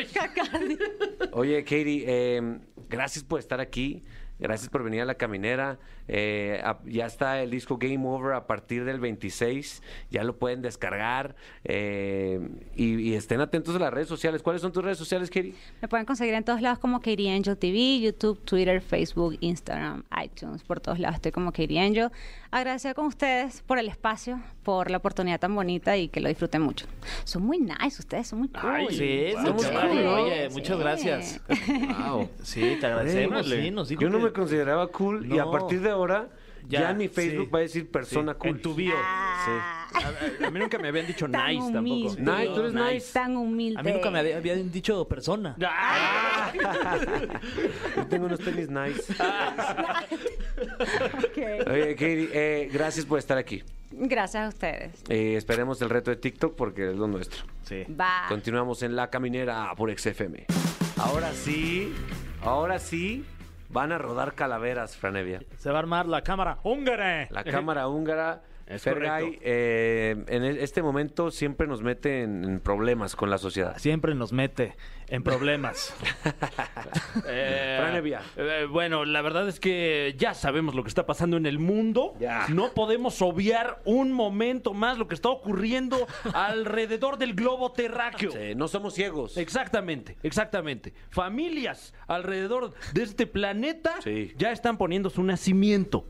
Speaker 2: Oye, Katie, eh, gracias por estar aquí. Gracias por venir a la caminera. Eh, a- ya está el disco Game Over a partir del 26. Ya lo pueden descargar. eh, y, y estén atentos a las redes sociales. ¿Cuáles son tus redes sociales, Katie?
Speaker 6: Me pueden conseguir en todos lados como Katie Angel TV, YouTube, Twitter, Facebook, Instagram, iTunes. Por todos lados estoy como Katie Angel. Agradecer con ustedes por el espacio, por la oportunidad tan bonita y que lo disfruten mucho. Son muy nice ustedes, son muy cool.
Speaker 3: Ay,
Speaker 4: Sí,
Speaker 3: Wow.
Speaker 4: mucho
Speaker 6: Sí.
Speaker 4: Mario. Oye,
Speaker 6: Sí.
Speaker 4: muchas gracias. Sí, te agradecemos.
Speaker 3: Órale.
Speaker 4: Sí, nos dijo
Speaker 2: Yo no
Speaker 4: que-
Speaker 2: me consideraba cool y a
Speaker 4: No.
Speaker 2: partir de ahora ya,
Speaker 4: Ya,
Speaker 2: mi Facebook
Speaker 4: sí.
Speaker 2: va a decir persona cool.
Speaker 4: En tu bio.
Speaker 6: Ah,
Speaker 3: A, a- a mí nunca me habían dicho
Speaker 6: Tan
Speaker 3: nice
Speaker 6: humilde.
Speaker 3: tampoco.
Speaker 2: Nice, tú eres nice.
Speaker 6: Tan humilde.
Speaker 4: A mí nunca me había- habían dicho persona.
Speaker 2: Yo tengo unos tenis nice.
Speaker 6: Ok.
Speaker 2: Oye, Katie, eh, gracias por estar aquí.
Speaker 6: Gracias a ustedes.
Speaker 2: Eh, esperemos el reto de TikTok porque es lo nuestro.
Speaker 4: Sí.
Speaker 6: Bye.
Speaker 2: Continuamos en La Caminera por XFM. Ahora sí, ahora sí, van a rodar calaveras, Franevia.
Speaker 4: Se va a armar la cámara húngara.
Speaker 2: La Cámara Húngara,
Speaker 3: Es
Speaker 2: Fergay,
Speaker 3: correcto.
Speaker 2: eh, en e- este momento siempre nos mete en, en problemas con la sociedad.
Speaker 4: Siempre nos mete en problemas.
Speaker 3: Eh,
Speaker 2: Fran Evia.
Speaker 3: eh, bueno, la verdad es que ya sabemos lo que está pasando en el mundo.
Speaker 2: Ya.
Speaker 3: No podemos obviar un momento más lo que está ocurriendo alrededor del globo terráqueo.
Speaker 2: Eh, no somos ciegos.
Speaker 3: Exactamente, exactamente. Familias alrededor de este planeta
Speaker 2: Sí.
Speaker 3: ya están poniendo su nacimiento.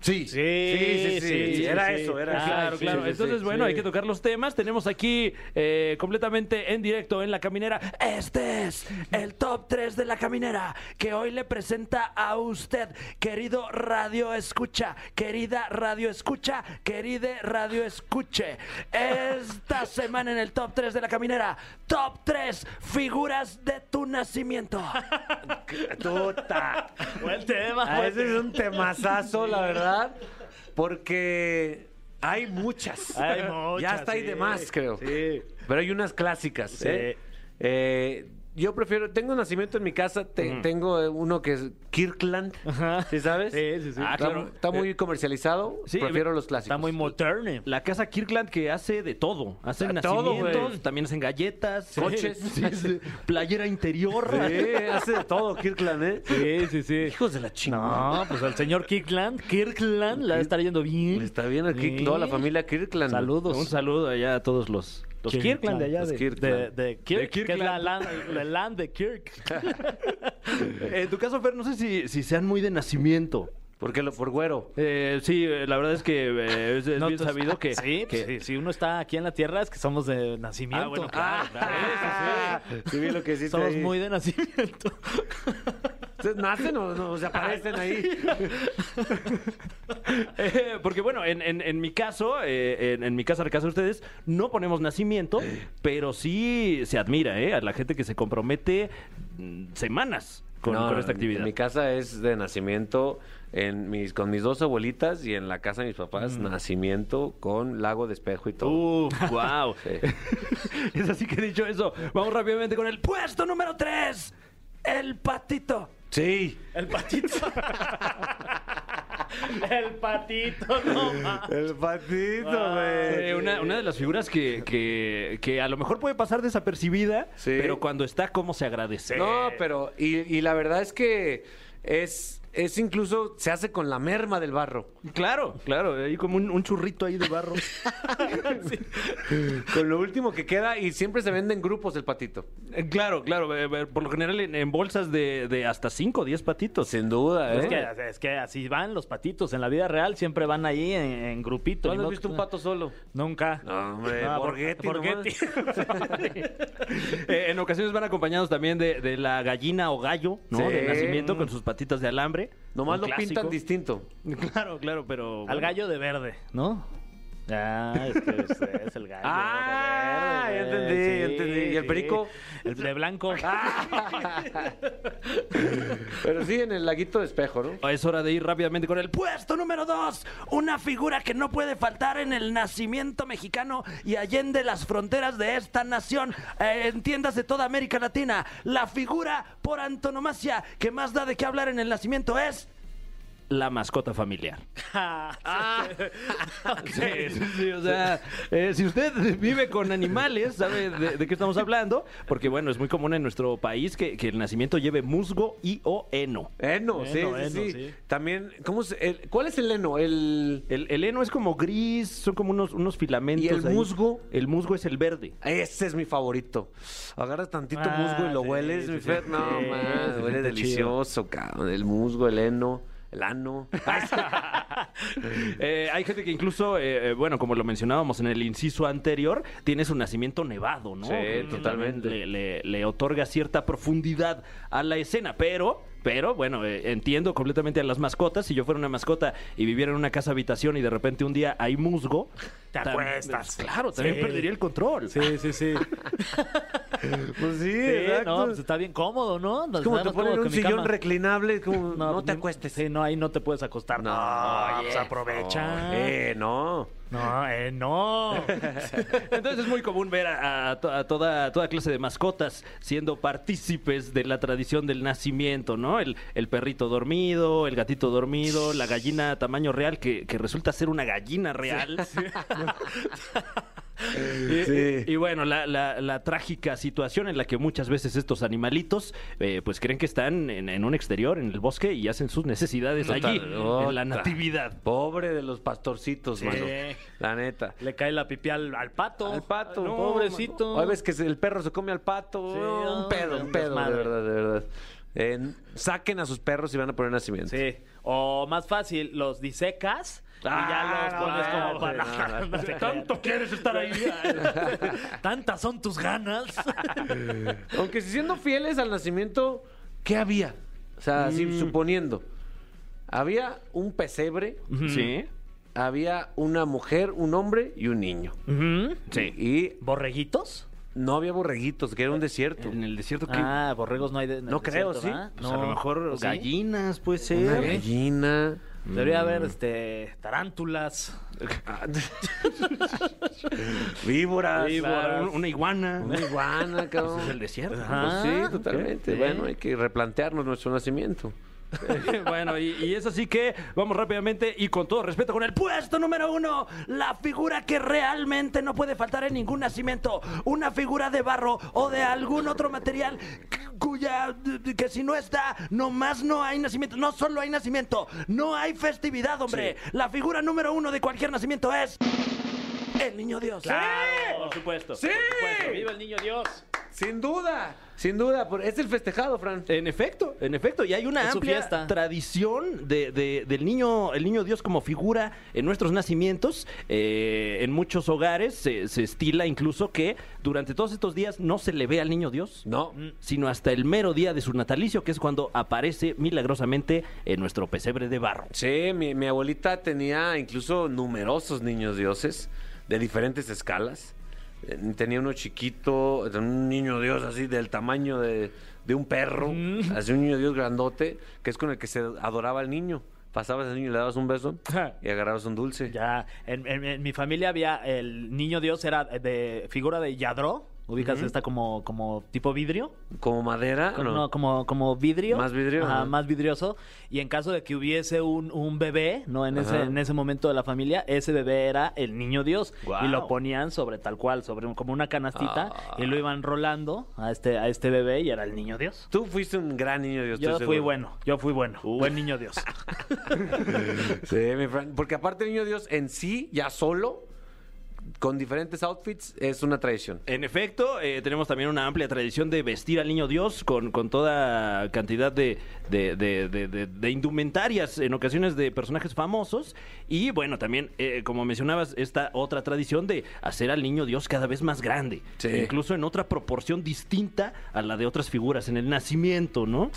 Speaker 2: Sí, sí, sí, sí, era eso, era eso.
Speaker 3: Claro,
Speaker 2: Sí,
Speaker 3: claro.
Speaker 2: sí, sí,
Speaker 3: Entonces,
Speaker 2: sí.
Speaker 3: bueno, hay que tocar los temas. Tenemos aquí eh, completamente en directo en La Caminera. Este es el top 3 de La Caminera que hoy le presenta a usted, querido Radio Escucha, querida Radio Escucha, querida Radio Escuche. Esta semana en el top 3 de La Caminera, top 3 figuras de tu nacimiento.
Speaker 2: Tota.
Speaker 4: Buen tema,
Speaker 2: A
Speaker 4: buen
Speaker 2: veces es un temazazo, la verdad, porque Hay muchas.
Speaker 4: Hay muchas,
Speaker 2: Ya está ahí de
Speaker 4: sí.
Speaker 2: más, creo.
Speaker 4: Sí.
Speaker 2: Pero hay unas clásicas. ¿eh? Eh, yo prefiero, tengo nacimiento en mi casa, te- tengo eh, uno que es Kirkland, ¿sí sabes?
Speaker 4: Sí, sí, sí.
Speaker 2: Ah, está,
Speaker 3: claro.
Speaker 2: está muy comercializado,
Speaker 3: sí,
Speaker 2: prefiero los clásicos.
Speaker 4: Está muy moderno.
Speaker 3: La casa Kirkland que hace de todo. Hace
Speaker 2: Ah, todo,
Speaker 3: nacimientos,
Speaker 2: güey.
Speaker 3: también hacen galletas,
Speaker 2: Coches.
Speaker 3: hace playera interior.
Speaker 2: Sí, hace de todo Kirkland, ¿eh?
Speaker 4: Sí, sí, sí.
Speaker 2: Hijos de la chingada.
Speaker 4: No, pues al señor Kirkland, Kirkland la está yendo bien.
Speaker 2: Le Pues está bien a Kirk-
Speaker 4: Sí.
Speaker 2: toda la familia Kirkland.
Speaker 4: Saludos.
Speaker 3: Un saludo allá a todos los, los
Speaker 4: Kirkland.
Speaker 3: Kirkland de allá.
Speaker 2: Los
Speaker 3: de-
Speaker 2: Kirkland.
Speaker 4: De, de Kirk,
Speaker 3: De Kirkland.
Speaker 4: que es la land, la land de Kirk.
Speaker 3: Eh, en tu caso, Fer, no sé si, si sean muy de nacimiento.
Speaker 2: ¿Por qué lo por güero?
Speaker 3: Eh, sí, eh, la verdad es que eh, es, es
Speaker 4: No,
Speaker 3: bien
Speaker 4: tú-
Speaker 3: sabido que...
Speaker 4: Sí, pues, sí, si uno está aquí en la tierra es que somos de nacimiento.
Speaker 3: Ah, bueno,
Speaker 4: claro,
Speaker 2: Ah, sí, vi lo que hiciste
Speaker 4: Somos
Speaker 2: ahí.
Speaker 4: muy de nacimiento.
Speaker 2: ¿Ustedes nacen o, no, se aparecen ahí?
Speaker 3: Eh, porque bueno, en, en- en mi caso, eh, en, en mi casa, en el caso de ustedes, no ponemos nacimiento, pero sí se admira ¿eh? a la gente que se compromete mm, semanas con,
Speaker 2: No,
Speaker 3: con esta
Speaker 2: en-
Speaker 3: actividad.
Speaker 2: en mi casa es de nacimiento en mis, con mis dos abuelitas y en la casa de mis papás, nacimiento con lago de espejo y todo.
Speaker 3: Uf, wow.
Speaker 2: Sí.
Speaker 3: es así que dicho eso, vamos rápidamente con el puesto número 3. El patito.
Speaker 2: Sí.
Speaker 4: El patito. El patito, no ma.
Speaker 2: El patito,
Speaker 3: Eh, una, una de las figuras que, que- que a lo mejor puede pasar desapercibida,
Speaker 2: Sí.
Speaker 3: pero cuando está, ¿cómo se agradece?
Speaker 2: No, pero. Y, y la verdad es que es, es incluso. Se hace con la merma del barro.
Speaker 3: Claro, claro, hay como un, un churrito ahí de barro.
Speaker 2: Con lo último que queda y siempre se vende en grupos el patito.
Speaker 3: Eh, Claro, claro. eh, eh, Por lo general en, en bolsas de, de hasta 5 o 10 patitos.
Speaker 2: Sin duda, ¿eh?
Speaker 4: Es que, es que así van los patitos. En la vida real siempre van ahí en, en grupito.
Speaker 2: ¿Cuándo has
Speaker 4: ni modo
Speaker 2: visto
Speaker 4: que-
Speaker 2: un pato solo?
Speaker 4: Nunca.
Speaker 2: No, hombre,
Speaker 4: Ah,
Speaker 2: Borghetti
Speaker 4: Borghetti.
Speaker 3: Eh, en ocasiones van acompañados también de, de la gallina o gallo, ¿no?
Speaker 2: Sí.
Speaker 3: De nacimiento con sus patitas de alambre.
Speaker 2: Nomás
Speaker 3: Un
Speaker 2: lo pintan
Speaker 3: clásico.
Speaker 2: distinto.
Speaker 3: Claro, claro, pero...
Speaker 4: Al
Speaker 3: bueno.
Speaker 4: gallo de verde, ¿no? Ah, es que es, es el gallo.
Speaker 2: Ah,
Speaker 4: de
Speaker 2: ya
Speaker 4: verde,
Speaker 2: entendí, ya
Speaker 4: sí,
Speaker 2: entendí. ¿Y el
Speaker 4: sí.
Speaker 2: perico?
Speaker 4: El de blanco.
Speaker 2: Pero sí, en el laguito de espejo, ¿no?
Speaker 3: Es hora de ir rápidamente con el puesto número 2. Una figura que no puede faltar en el nacimiento mexicano y allende las fronteras de esta nación. Eh, entiéndase toda América Latina. La figura por antonomasia que más da de qué hablar en el nacimiento es. La mascota familiar. Ah. Sí, sí, sí, o sea, eh, si usted vive con animales, sabe de, de qué estamos hablando, porque bueno, es muy común en nuestro país que, que el nacimiento lleve musgo y o heno.
Speaker 2: Eno, sí,
Speaker 4: Heno,
Speaker 2: sí,
Speaker 4: heno,
Speaker 2: sí.
Speaker 4: sí.
Speaker 2: También, ¿cómo se- el- ¿cuál es el heno? El,
Speaker 3: El, el heno es como gris, son como unos, unos filamentos.
Speaker 2: ¿Y el
Speaker 3: ahí.
Speaker 2: musgo?
Speaker 3: El musgo es el verde.
Speaker 2: ese es mi favorito. Agarras tantito
Speaker 4: Ah,
Speaker 2: musgo y lo
Speaker 4: sí,
Speaker 2: hueles,
Speaker 4: sí,
Speaker 2: mi
Speaker 4: sí,
Speaker 2: Fer.
Speaker 4: sí,
Speaker 2: no,
Speaker 4: sí,
Speaker 2: man,
Speaker 4: sí,
Speaker 2: huele
Speaker 4: está
Speaker 2: delicioso, cabrón. El musgo, el heno, el ano. Mm.
Speaker 3: Eh, hay gente que incluso, eh, eh, bueno, como lo mencionábamos en el inciso anterior, tiene su nacimiento nevado, ¿no?
Speaker 2: Sí,
Speaker 3: Que
Speaker 2: totalmente.
Speaker 3: también Le, le- le otorga cierta profundidad a la escena, pero, pero, bueno, eh, entiendo completamente a las mascotas. Si yo fuera una mascota y viviera en una casa habitación y de repente un día hay musgo,
Speaker 4: Te
Speaker 3: tam-
Speaker 4: acuestas.
Speaker 3: Claro, también
Speaker 4: Sí.
Speaker 3: perdería el control.
Speaker 4: Sí, sí, sí.
Speaker 2: pues sí,
Speaker 4: Sí,
Speaker 2: exacto.
Speaker 4: no, pues está bien cómodo, ¿no?
Speaker 2: es como te ponen un sillón
Speaker 4: recto.
Speaker 2: reclinable, como no, te acuestes.
Speaker 4: Sí, no, ahí no te puedes acostar.
Speaker 2: No,
Speaker 4: pues
Speaker 2: oye,
Speaker 4: aprovecha.
Speaker 2: no, eh, no.
Speaker 4: No, eh, no.
Speaker 3: Entonces es muy común ver a, a to- a toda, a toda clase de mascotas siendo partícipes de la tradición del nacimiento, ¿no? El, el perrito dormido, el gatito dormido, la gallina tamaño real que, que resulta ser una gallina real. Y,
Speaker 2: Sí.
Speaker 3: y bueno, la, la- la trágica situación en la que muchas veces estos animalitos eh, pues creen que están en, en un exterior, en el bosque, y hacen sus necesidades
Speaker 2: Total,
Speaker 3: allí, en
Speaker 2: otra.
Speaker 3: la natividad.
Speaker 2: Pobre de los pastorcitos,
Speaker 4: Sí.
Speaker 2: mano. La neta.
Speaker 4: Le cae la pipi al, al pato.
Speaker 2: Al pato,
Speaker 4: No,
Speaker 2: mano.
Speaker 4: pobrecito.
Speaker 2: Hoy ves que el perro se come al pato.
Speaker 4: Sí,
Speaker 2: un
Speaker 4: no,
Speaker 2: pedo,
Speaker 4: un
Speaker 2: un pedo, de
Speaker 4: desmadre.
Speaker 2: verdad, de verdad. Eh, saquen a sus perros y van a poner nacimiento.
Speaker 4: Sí. eh, O más fácil, los disecas y ya los pones
Speaker 2: Ah,
Speaker 4: como
Speaker 2: no, no,
Speaker 4: para.
Speaker 2: no, no,
Speaker 4: Tanto quieres estar ahí. Tantas son tus ganas.
Speaker 2: Aunque si siendo fieles al nacimiento, ¿qué había? O sea,
Speaker 4: Mm.
Speaker 2: así, suponiendo. Había un pesebre,
Speaker 3: Sí.
Speaker 2: había una mujer, un hombre y un niño.
Speaker 3: Sí.
Speaker 2: Y
Speaker 4: ¿Borreguitos?
Speaker 2: no había borreguitos, que era un desierto.
Speaker 3: En el desierto que
Speaker 4: Ah, borregos no hay. de- en el
Speaker 2: No creo,
Speaker 4: desierto,
Speaker 2: ¿sí?
Speaker 4: ¿verdad?
Speaker 3: Pues a lo mejor
Speaker 4: ¿Sí?
Speaker 3: gallinas puede
Speaker 2: Una
Speaker 3: ser.
Speaker 2: gallina.
Speaker 4: Debería haber este tarántulas.
Speaker 2: Víboras.
Speaker 3: Víboras, un- una iguana.
Speaker 2: Una iguana, cabrón.
Speaker 3: Pues es el desierto.
Speaker 2: Pues sí, totalmente.
Speaker 3: ok.
Speaker 2: Bueno, hay que replantearnos nuestro nacimiento.
Speaker 3: bueno, y, y eso sí que vamos rápidamente y con todo respeto con el puesto número uno. La figura que realmente no puede faltar en ningún nacimiento. Una figura de barro o de algún otro material c- cuya que si no está, nomás no hay nacimiento. No solo hay nacimiento, no hay festividad, hombre. La figura número uno de cualquier nacimiento es el niño Dios.
Speaker 4: Por supuesto.
Speaker 2: ¡Sí!
Speaker 4: ¡Viva el niño Dios!
Speaker 2: Sin duda, sin duda. por- Es el festejado, Fran.
Speaker 3: En efecto, en efecto, y hay una
Speaker 4: Es su
Speaker 3: amplia
Speaker 4: fiesta.
Speaker 3: tradición de- de- del niño, el niño Dios como figura en nuestros nacimientos. Eh, en muchos hogares se, se estila incluso que durante todos estos días no se le ve al niño Dios,
Speaker 2: No.
Speaker 4: Mm.
Speaker 3: sino hasta el mero día de su natalicio, que es cuando aparece milagrosamente en nuestro pesebre de barro.
Speaker 2: Sí, mi, mi abuelita tenía incluso numerosos niños dioses de diferentes escalas. Eh, Tenía uno chiquito, un niño dios así del tamaño de, de un perro,
Speaker 4: Mm.
Speaker 2: así un niño dios grandote, que es con el que se adoraba al niño. Pasabas al niño y le dabas un beso y agarrabas un dulce.
Speaker 4: Ya, en, en- en mi familia había el niño Dios, era de figura de Yadró. Ubicas esta como, como tipo vidrio.
Speaker 2: Como madera,
Speaker 4: Como-
Speaker 2: no.
Speaker 4: No, como, como vidrio.
Speaker 2: Más vidrio,
Speaker 4: Ajá,
Speaker 2: ajá.
Speaker 4: más vidrioso. Y en caso de que hubiese un, un bebé, ¿no? En ese,
Speaker 2: Ajá.
Speaker 4: en ese momento de la familia, ese bebé era el niño Dios.
Speaker 2: Guau.
Speaker 4: Y lo ponían sobre tal cual, sobre un- como una canastita.
Speaker 2: Ah.
Speaker 4: Y lo iban rolando a este, a este bebé y era el niño Dios.
Speaker 2: Tú fuiste un gran niño dios.
Speaker 4: Yo
Speaker 2: estoy
Speaker 4: fui
Speaker 2: seguro.
Speaker 4: bueno, yo fui bueno. Buen niño Dios.
Speaker 2: Sí, mi Fran. Porque aparte el niño dios en sí, ya solo, con diferentes outfits, es una tradición.
Speaker 3: En efecto, eh, tenemos también una amplia tradición de vestir al niño Dios con, con toda cantidad de, de- de- de- de- de indumentarias, en ocasiones de personajes famosos. Y bueno, también, eh, como mencionabas, esta otra tradición de hacer al niño Dios cada vez más grande.
Speaker 2: Sí.
Speaker 3: Incluso en otra proporción distinta a la de otras figuras en el nacimiento, ¿no?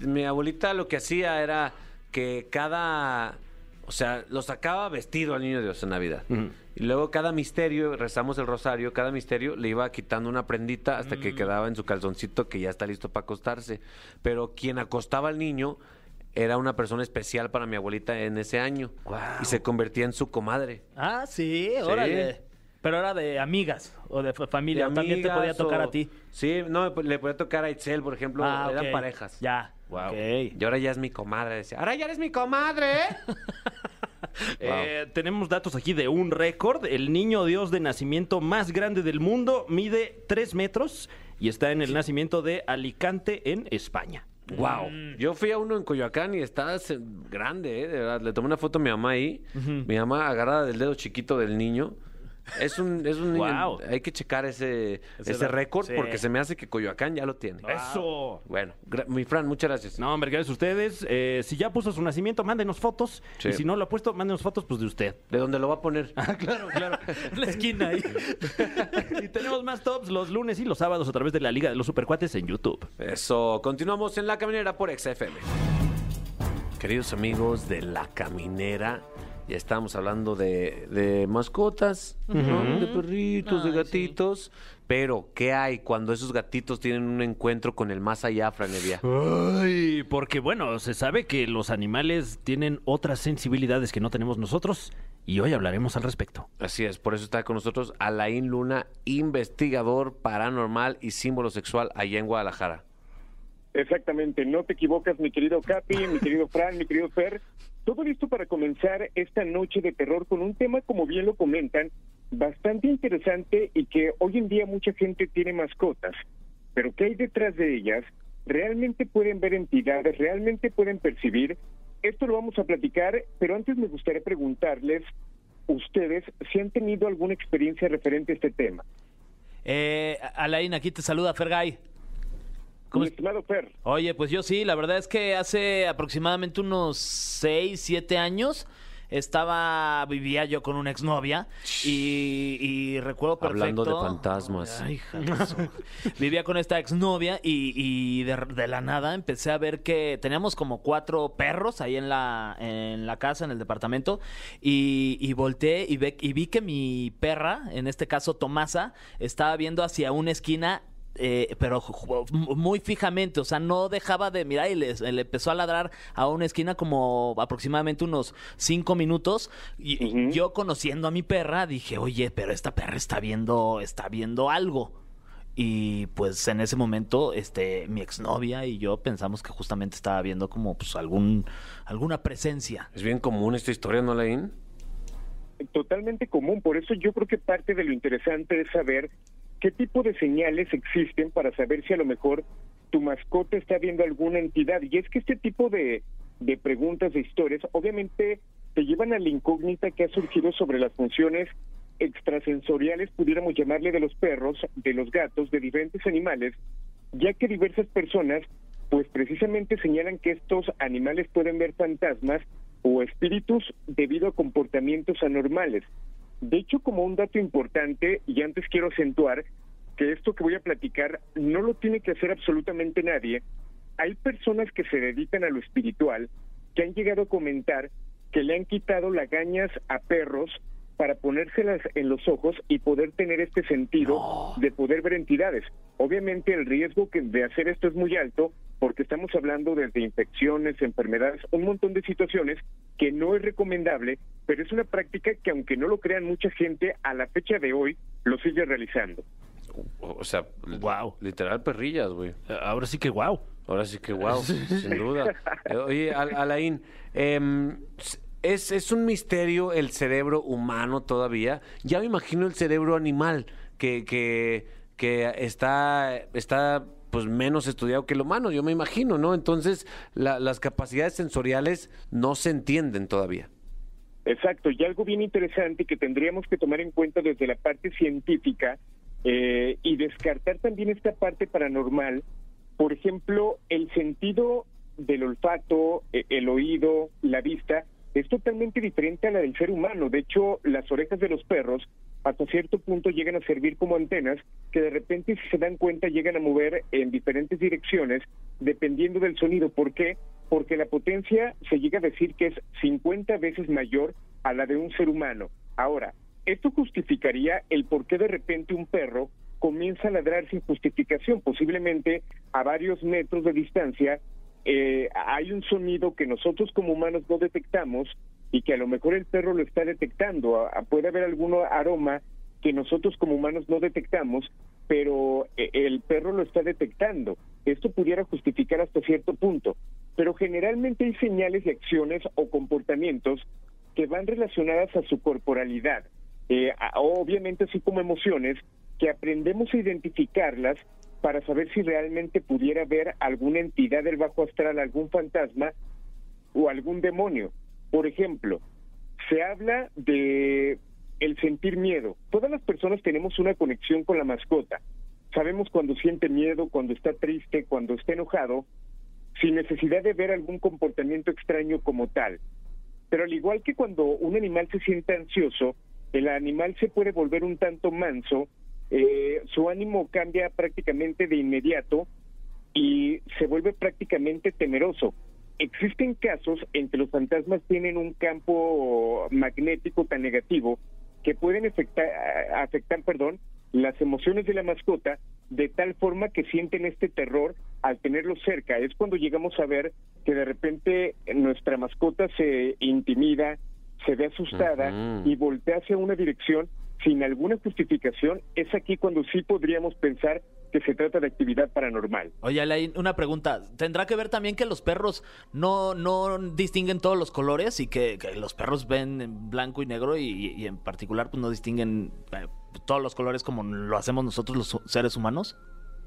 Speaker 2: mi abuelita lo que hacía era que cada. O sea, lo sacaba vestido al niño Dios en Navidad.
Speaker 3: Ujú.
Speaker 2: Y luego cada misterio, rezamos el rosario, cada misterio le iba quitando una prendita hasta que quedaba en su calzoncito que ya está listo para acostarse. Pero quien acostaba al niño era una persona especial para mi abuelita en ese año. Y se convertía en su comadre.
Speaker 4: ah, sí, órale. Pero era de amigas o de fa- familia.
Speaker 2: De
Speaker 4: También te podía
Speaker 2: amigas
Speaker 4: tocar
Speaker 2: o-
Speaker 4: a ti.
Speaker 2: Sí, no, pues, le podía tocar a Itzel, por ejemplo.
Speaker 4: Ah,
Speaker 2: eran
Speaker 4: ok.
Speaker 2: parejas.
Speaker 4: Ya.
Speaker 3: Wow.
Speaker 4: ok.
Speaker 2: Y ahora ya es mi comadre. Decía, ahora ya eres mi comadre.
Speaker 3: Eh, tenemos datos aquí de un récord. El niño Dios de nacimiento más grande del mundo mide 3 metros y está en el nacimiento de Alicante, en España.
Speaker 2: Wow.
Speaker 4: Mm.
Speaker 2: Yo fui a uno en Coyoacán y está se- grande, ¿eh? De verdad. Le tomé una foto a mi mamá ahí. Mi mamá agarrada del dedo chiquito del niño. Es un, es un niño.
Speaker 3: Guau.
Speaker 2: Hay que checar ese, ese,
Speaker 4: dato.
Speaker 2: récord
Speaker 4: Sí.
Speaker 2: porque se me hace que Coyoacán ya lo tiene.
Speaker 3: ¡Eso!
Speaker 2: Bueno, gra- mi Fran, muchas gracias.
Speaker 3: No, hombre, gracias a ustedes. Eh, si ya puso su nacimiento, mándenos fotos.
Speaker 2: Sí.
Speaker 3: Y si no lo ha puesto, mándenos fotos pues de usted.
Speaker 2: ¿De dónde lo va a poner?
Speaker 4: Ah,
Speaker 3: Claro, claro.
Speaker 4: La esquina ahí.
Speaker 3: y tenemos más tops los lunes y los sábados a través de la Liga de los Supercuates en YouTube.
Speaker 2: Eso, continuamos en La Caminera por XFM. Queridos amigos de La Caminera, ya estamos hablando de, de mascotas, ¿no? de perritos, de gatitos, pero ¿qué hay cuando esos gatitos tienen un encuentro con el más allá, Franevia?
Speaker 3: Ay, porque bueno, se sabe que los animales tienen otras sensibilidades que no tenemos nosotros y hoy hablaremos al respecto.
Speaker 2: Así es, por eso está con nosotros Alain Luna, investigador paranormal y símbolo sexual allá en Guadalajara.
Speaker 7: Exactamente, no te equivocas, mi querido Capi, mi querido Fran, mi querido Fer. Todo listo para comenzar esta noche de terror con un tema, como bien lo comentan, bastante interesante y que hoy en día mucha gente tiene mascotas. Pero ¿qué hay detrás de ellas? ¿Realmente pueden ver entidades? ¿Realmente pueden percibir? Esto lo vamos a platicar, pero antes me gustaría preguntarles, ustedes, si han tenido alguna experiencia referente a este tema.
Speaker 4: Eh, Alain, aquí te saluda Fergay. ¿Cómo
Speaker 7: Mi
Speaker 4: es-
Speaker 7: estimado Fer,
Speaker 4: Oye, pues yo sí, la verdad es que hace aproximadamente unos 6, 7 años estaba, vivía yo con una exnovia y, y recuerdo perfecto.
Speaker 2: Hablando de fantasmas.
Speaker 4: Ay, hija de su- Vivía con esta exnovia y, y de, de la nada empecé a ver que teníamos como cuatro perros ahí en la, en la casa, en el departamento, y, y volteé y, ve- y vi que mi perra, en este caso Tomasa, estaba viendo hacia una esquina eh, pero ju- ju- muy fijamente, o sea, no dejaba de mirar y les- le, empezó a ladrar a una esquina como aproximadamente unos cinco minutos. Y y
Speaker 7: Ujú.
Speaker 4: yo conociendo a mi perra dije, oye, pero esta perra está viendo, está viendo algo. Y pues en ese momento, este, mi exnovia y yo pensamos que justamente estaba viendo como pues algún, alguna presencia.
Speaker 2: Es bien común esta historia, ¿no, Lain?
Speaker 7: totalmente común. Por eso yo creo que parte de lo interesante es saber qué tipo de señales existen para saber si a lo mejor tu mascota está viendo alguna entidad. Y es que este tipo de, de preguntas, de historias, obviamente te llevan a la incógnita que ha surgido sobre las funciones extrasensoriales, pudiéramos llamarle, de los perros, de los gatos, de diferentes animales, ya que diversas personas pues precisamente señalan que estos animales pueden ver fantasmas o espíritus debido a comportamientos anormales. De hecho, como un dato importante, y antes quiero acentuar que esto que voy a platicar no lo tiene que hacer absolutamente nadie, hay personas que se dedican a lo espiritual que han llegado a comentar que le han quitado lagañas a perros para ponérselas en los ojos y poder tener este sentido de poder ver entidades. Obviamente el riesgo que de hacer esto es muy alto porque estamos hablando desde infecciones, enfermedades, un montón de situaciones que no es recomendable, pero es una práctica que aunque no lo crean mucha gente, a la fecha de hoy lo sigue realizando.
Speaker 2: O o sea, li-
Speaker 3: Guau.
Speaker 2: literal perrillas, güey.
Speaker 3: Ahora sí que wow.
Speaker 2: Ahora sí que wow, sin duda. Eh, Oye, Al- Alain, em, s- es, es un misterio el cerebro humano todavía. Ya me imagino el cerebro animal que, que, que está, está pues menos estudiado que el humano, yo me imagino, ¿no? Entonces, la- las capacidades sensoriales no se entienden todavía.
Speaker 7: Exacto, y algo bien interesante que tendríamos que tomar en cuenta desde la parte científica eh, y descartar también esta parte paranormal, por ejemplo, el sentido del olfato, e- el oído, la vista, es totalmente diferente a la del ser humano. De hecho, las orejas de los perros hasta cierto punto llegan a servir como antenas que de repente si se dan cuenta llegan a mover en diferentes direcciones dependiendo del sonido. ¿Por qué? Porque la potencia se llega a decir que es 50 veces mayor a la de un ser humano. Ahora, esto justificaría el por qué de repente un perro comienza a ladrar sin justificación, posiblemente a varios metros de distancia. eh, hay un sonido que nosotros como humanos no detectamos y que a lo mejor el perro lo está detectando. A- a- puede haber algún aroma que nosotros como humanos no detectamos, pero eh, el perro lo está detectando. Esto pudiera justificar hasta cierto punto, pero generalmente hay señales y acciones o comportamientos que van relacionadas a su corporalidad, eh, a- obviamente así como emociones, que aprendemos a identificarlas para saber si realmente pudiera haber alguna entidad del bajo astral, algún fantasma o algún demonio. Por ejemplo, se habla de el sentir miedo. Todas las personas tenemos una conexión con la mascota. Sabemos cuando siente miedo, cuando está triste, cuando está enojado, sin necesidad de ver algún comportamiento extraño como tal. Pero al igual que cuando un animal se siente ansioso, el animal se puede volver un tanto manso, eh, su ánimo cambia prácticamente de inmediato y se vuelve prácticamente temeroso. Existen casos en que los fantasmas tienen un campo magnético tan negativo que pueden afectar, afectar perdón, las emociones de la mascota de tal forma que sienten este terror al tenerlo cerca. Es cuando llegamos a ver que de repente nuestra mascota se intimida, se ve asustada
Speaker 2: Ujú.
Speaker 7: y voltea hacia una dirección sin alguna justificación. Es aquí cuando sí podríamos pensar que se trata de actividad paranormal.
Speaker 4: Oye, Alain, una pregunta. ¿Tendrá que ver también que los perros no, no distinguen todos los colores y que, que los perros ven en blanco y negro y, y en particular pues no distinguen eh, todos los colores como lo hacemos nosotros los seres humanos?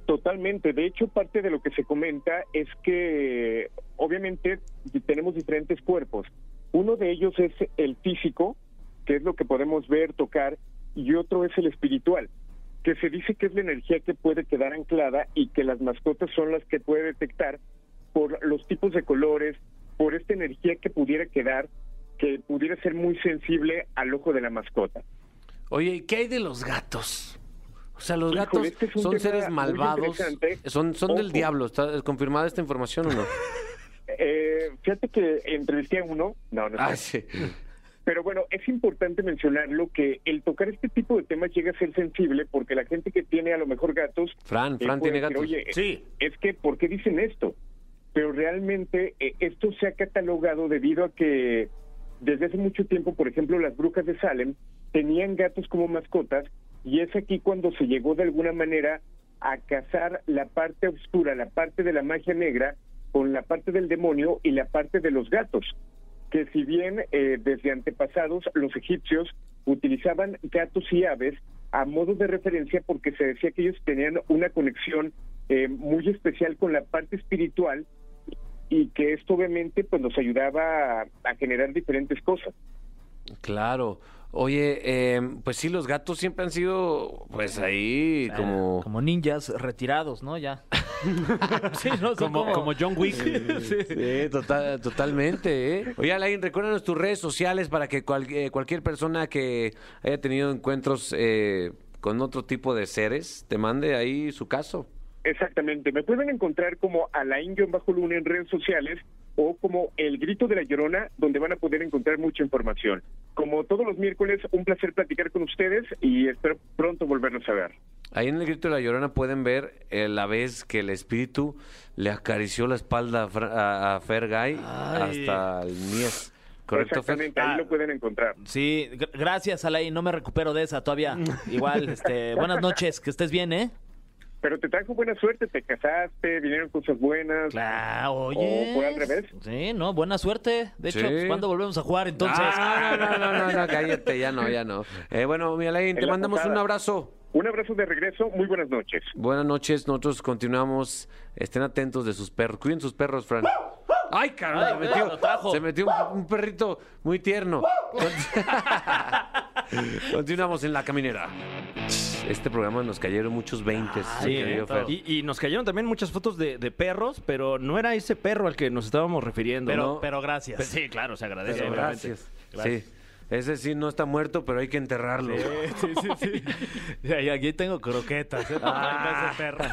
Speaker 7: Totalmente. De hecho, parte de lo que se comenta es que obviamente tenemos diferentes cuerpos. Uno de ellos es el físico, que es lo que podemos ver, tocar, y otro es el espiritual, que se dice que es la energía que puede quedar anclada y que las mascotas son las que puede detectar por los tipos de colores, por esta energía que pudiera quedar, que pudiera ser muy sensible al ojo de la mascota.
Speaker 2: Oye, ¿y qué hay de los gatos? O sea, los
Speaker 7: Híjole,
Speaker 2: gatos
Speaker 7: este es un
Speaker 2: son
Speaker 7: tema
Speaker 2: seres
Speaker 7: muy
Speaker 2: malvados.
Speaker 7: interesante.
Speaker 2: Son, son del
Speaker 7: Ojo.
Speaker 2: diablo. ¿Está confirmada esta información o no?
Speaker 7: Eh, fíjate que entre el día uno, no, no. es
Speaker 2: Ah, sí.
Speaker 7: Pero bueno, es importante mencionarlo que el tocar este tipo de temas llega a ser sensible porque la gente que tiene a lo mejor gatos.
Speaker 2: Fran,
Speaker 7: eh,
Speaker 2: Fran
Speaker 7: puede
Speaker 2: tiene
Speaker 7: decir,
Speaker 2: gatos.
Speaker 7: Oye,
Speaker 4: Sí.
Speaker 7: es que, ¿por qué dicen esto? Pero realmente eh, esto se ha catalogado debido a que desde hace mucho tiempo, por ejemplo, las brujas de Salem tenían gatos como mascotas y es aquí cuando se llegó de alguna manera a cazar la parte oscura, la parte de la magia negra con la parte del demonio y la parte de los gatos, que si bien eh, desde antepasados los egipcios utilizaban gatos y aves a modo de referencia porque se decía que ellos tenían una conexión eh, muy especial con la parte espiritual y que esto obviamente pues nos ayudaba a- a generar diferentes cosas.
Speaker 2: Claro. Oye, eh, pues sí, los gatos siempre han sido, pues ahí,
Speaker 4: Ah,
Speaker 2: como...
Speaker 4: Como ninjas retirados, ¿no? Ya. sí, no, son
Speaker 3: Como, como John Wick.
Speaker 2: Sí, total- totalmente. ¿eh? Oye, Alain, recuérdanos tus redes sociales para que cual- eh, cualquier persona que haya tenido encuentros eh, con otro tipo de seres te mande ahí su caso.
Speaker 7: Exactamente. Me pueden encontrar como Alain-Luna en redes sociales o como El Grito de la Llorona, donde van a poder encontrar mucha información. Como todos los miércoles, un placer platicar con ustedes y espero pronto volvernos a ver.
Speaker 2: Ahí en el grito de la llorona pueden ver eh, la vez que el espíritu le acarició la espalda a, Fra- a- a Fergay
Speaker 4: Ay.
Speaker 2: hasta el mies. ¿Correcto, Fer? Ah.
Speaker 7: Exactamente, ahí lo pueden encontrar.
Speaker 4: Sí, gr- gracias, Alain. No me recupero de esa todavía. Igual, este, buenas noches, que estés bien, ¿eh?
Speaker 7: Pero te trajo buena suerte, te casaste, vinieron cosas buenas.
Speaker 4: Claro,
Speaker 2: Oh,
Speaker 4: oye.
Speaker 7: oye. O por al revés.
Speaker 4: Oh, Sí, no, buena suerte. De hecho,
Speaker 2: Sí.
Speaker 4: pues, ¿cuándo volvemos a jugar entonces?
Speaker 2: Ah, no, no, no, no, no, cállate, ya no, ya no. Eh, bueno, mi Alain,
Speaker 7: En
Speaker 2: te
Speaker 7: la
Speaker 2: mandamos un
Speaker 7: posada.
Speaker 2: abrazo.
Speaker 7: Un abrazo de regreso, muy buenas noches.
Speaker 2: Buenas noches, nosotros continuamos. Estén atentos de sus perros. Cuiden sus perros, Fran. ¡Ay, caramba! Se
Speaker 4: Ay, lo
Speaker 2: metió,
Speaker 4: trajo.
Speaker 2: se metió un, un perrito muy tierno. Cont- continuamos en la caminera. Este programa nos cayeron muchos 20.
Speaker 3: Sí, ¿eh? y, y nos cayeron también muchas fotos de, de perros, pero no era ese perro al que nos estábamos refiriendo.
Speaker 4: Pero,
Speaker 3: ¿no?
Speaker 4: pero gracias.
Speaker 3: Pues sí, claro, se agradece.
Speaker 2: Pero
Speaker 3: obviamente.
Speaker 2: gracias. Sí. Ese sí no está muerto, pero hay que enterrarlo.
Speaker 4: Sí, sí, sí. Y aquí tengo croquetas. ¿eh?
Speaker 2: Ah.
Speaker 4: Ese perro.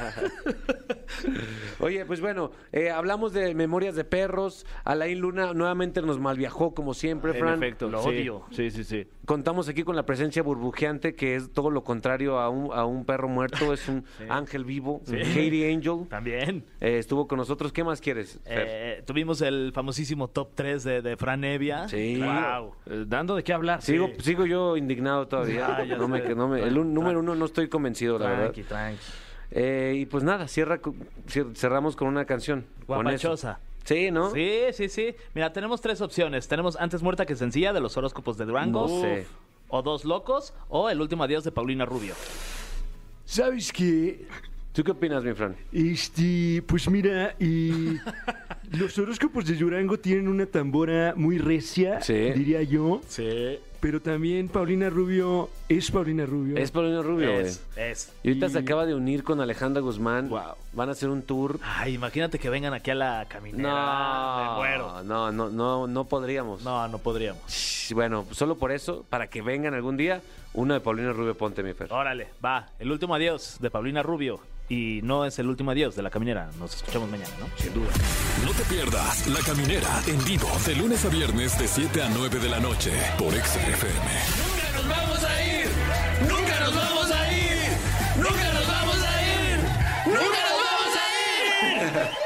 Speaker 2: Oye, pues bueno, eh, hablamos de memorias de perros. Alain Luna nuevamente nos malviajó, como siempre,
Speaker 3: En
Speaker 2: Fran.
Speaker 3: efecto,
Speaker 4: lo
Speaker 3: sí.
Speaker 4: odio.
Speaker 3: Sí, sí, sí.
Speaker 2: Contamos aquí con la presencia burbujeante, que es todo lo contrario a un, a un perro muerto, es un ángel vivo, un Katie Angel.
Speaker 4: También.
Speaker 2: Eh, estuvo con nosotros. ¿Qué más quieres? Fer?
Speaker 4: Eh, tuvimos el famosísimo top 3 de, de Fran Evia.
Speaker 2: Sí.
Speaker 4: Wow.
Speaker 3: Eh, Dando de qué hablar.
Speaker 2: sigo,
Speaker 3: sí.
Speaker 2: sigo yo indignado todavía.
Speaker 4: Ah, ya
Speaker 2: no me,
Speaker 4: sé.
Speaker 2: no me- el un- número uno no estoy convencido, la verdad.
Speaker 4: Tranqui, tranqui.
Speaker 2: Eh, y pues nada, cierra, con- cier- cerramos con una canción. con eso.
Speaker 4: Guapachosa.
Speaker 2: Sí, ¿no?
Speaker 4: Sí, sí, sí. Mira, tenemos tres opciones. Tenemos Antes Muerta que Sencilla de los horóscopos de Durango.
Speaker 2: No sé.
Speaker 4: Uf. O Dos Locos. O El Último Adiós de Paulina Rubio.
Speaker 8: ¿Sabes qué?
Speaker 2: ¿Tú qué opinas, mi Fran?
Speaker 8: Este, pues mira, y los horóscopos de Durango tienen una tambora muy recia,
Speaker 2: Sí.
Speaker 8: diría yo,
Speaker 4: Sí.
Speaker 8: pero también Paulina Rubio es Paulina Rubio.
Speaker 2: Es Paulino Rubio, güey.
Speaker 4: Es, es.
Speaker 2: Y ahorita
Speaker 8: Y-
Speaker 2: se acaba de unir con Alejandra Guzmán.
Speaker 4: Wow.
Speaker 2: Van a hacer un tour.
Speaker 4: Ay, imagínate que vengan aquí a la caminera. Me muero.
Speaker 2: No, no, no, no, no podríamos.
Speaker 4: No, no podríamos.
Speaker 2: Shh, Bueno, solo por eso, para que vengan algún día, uno de Paulina Rubio Ponte, mi Fer.
Speaker 4: Órale, va. El Último Adiós de Paulina Rubio. Y no es el último adiós de la caminera. Nos escuchamos mañana, ¿no? Sin duda.
Speaker 1: No te pierdas La Caminera en vivo de lunes a viernes de 7 a 9 de la noche por XFM. Nunca nos vamos a ir. Nunca nos vamos a ir. Nunca nos vamos a ir. Nunca nos vamos a ir.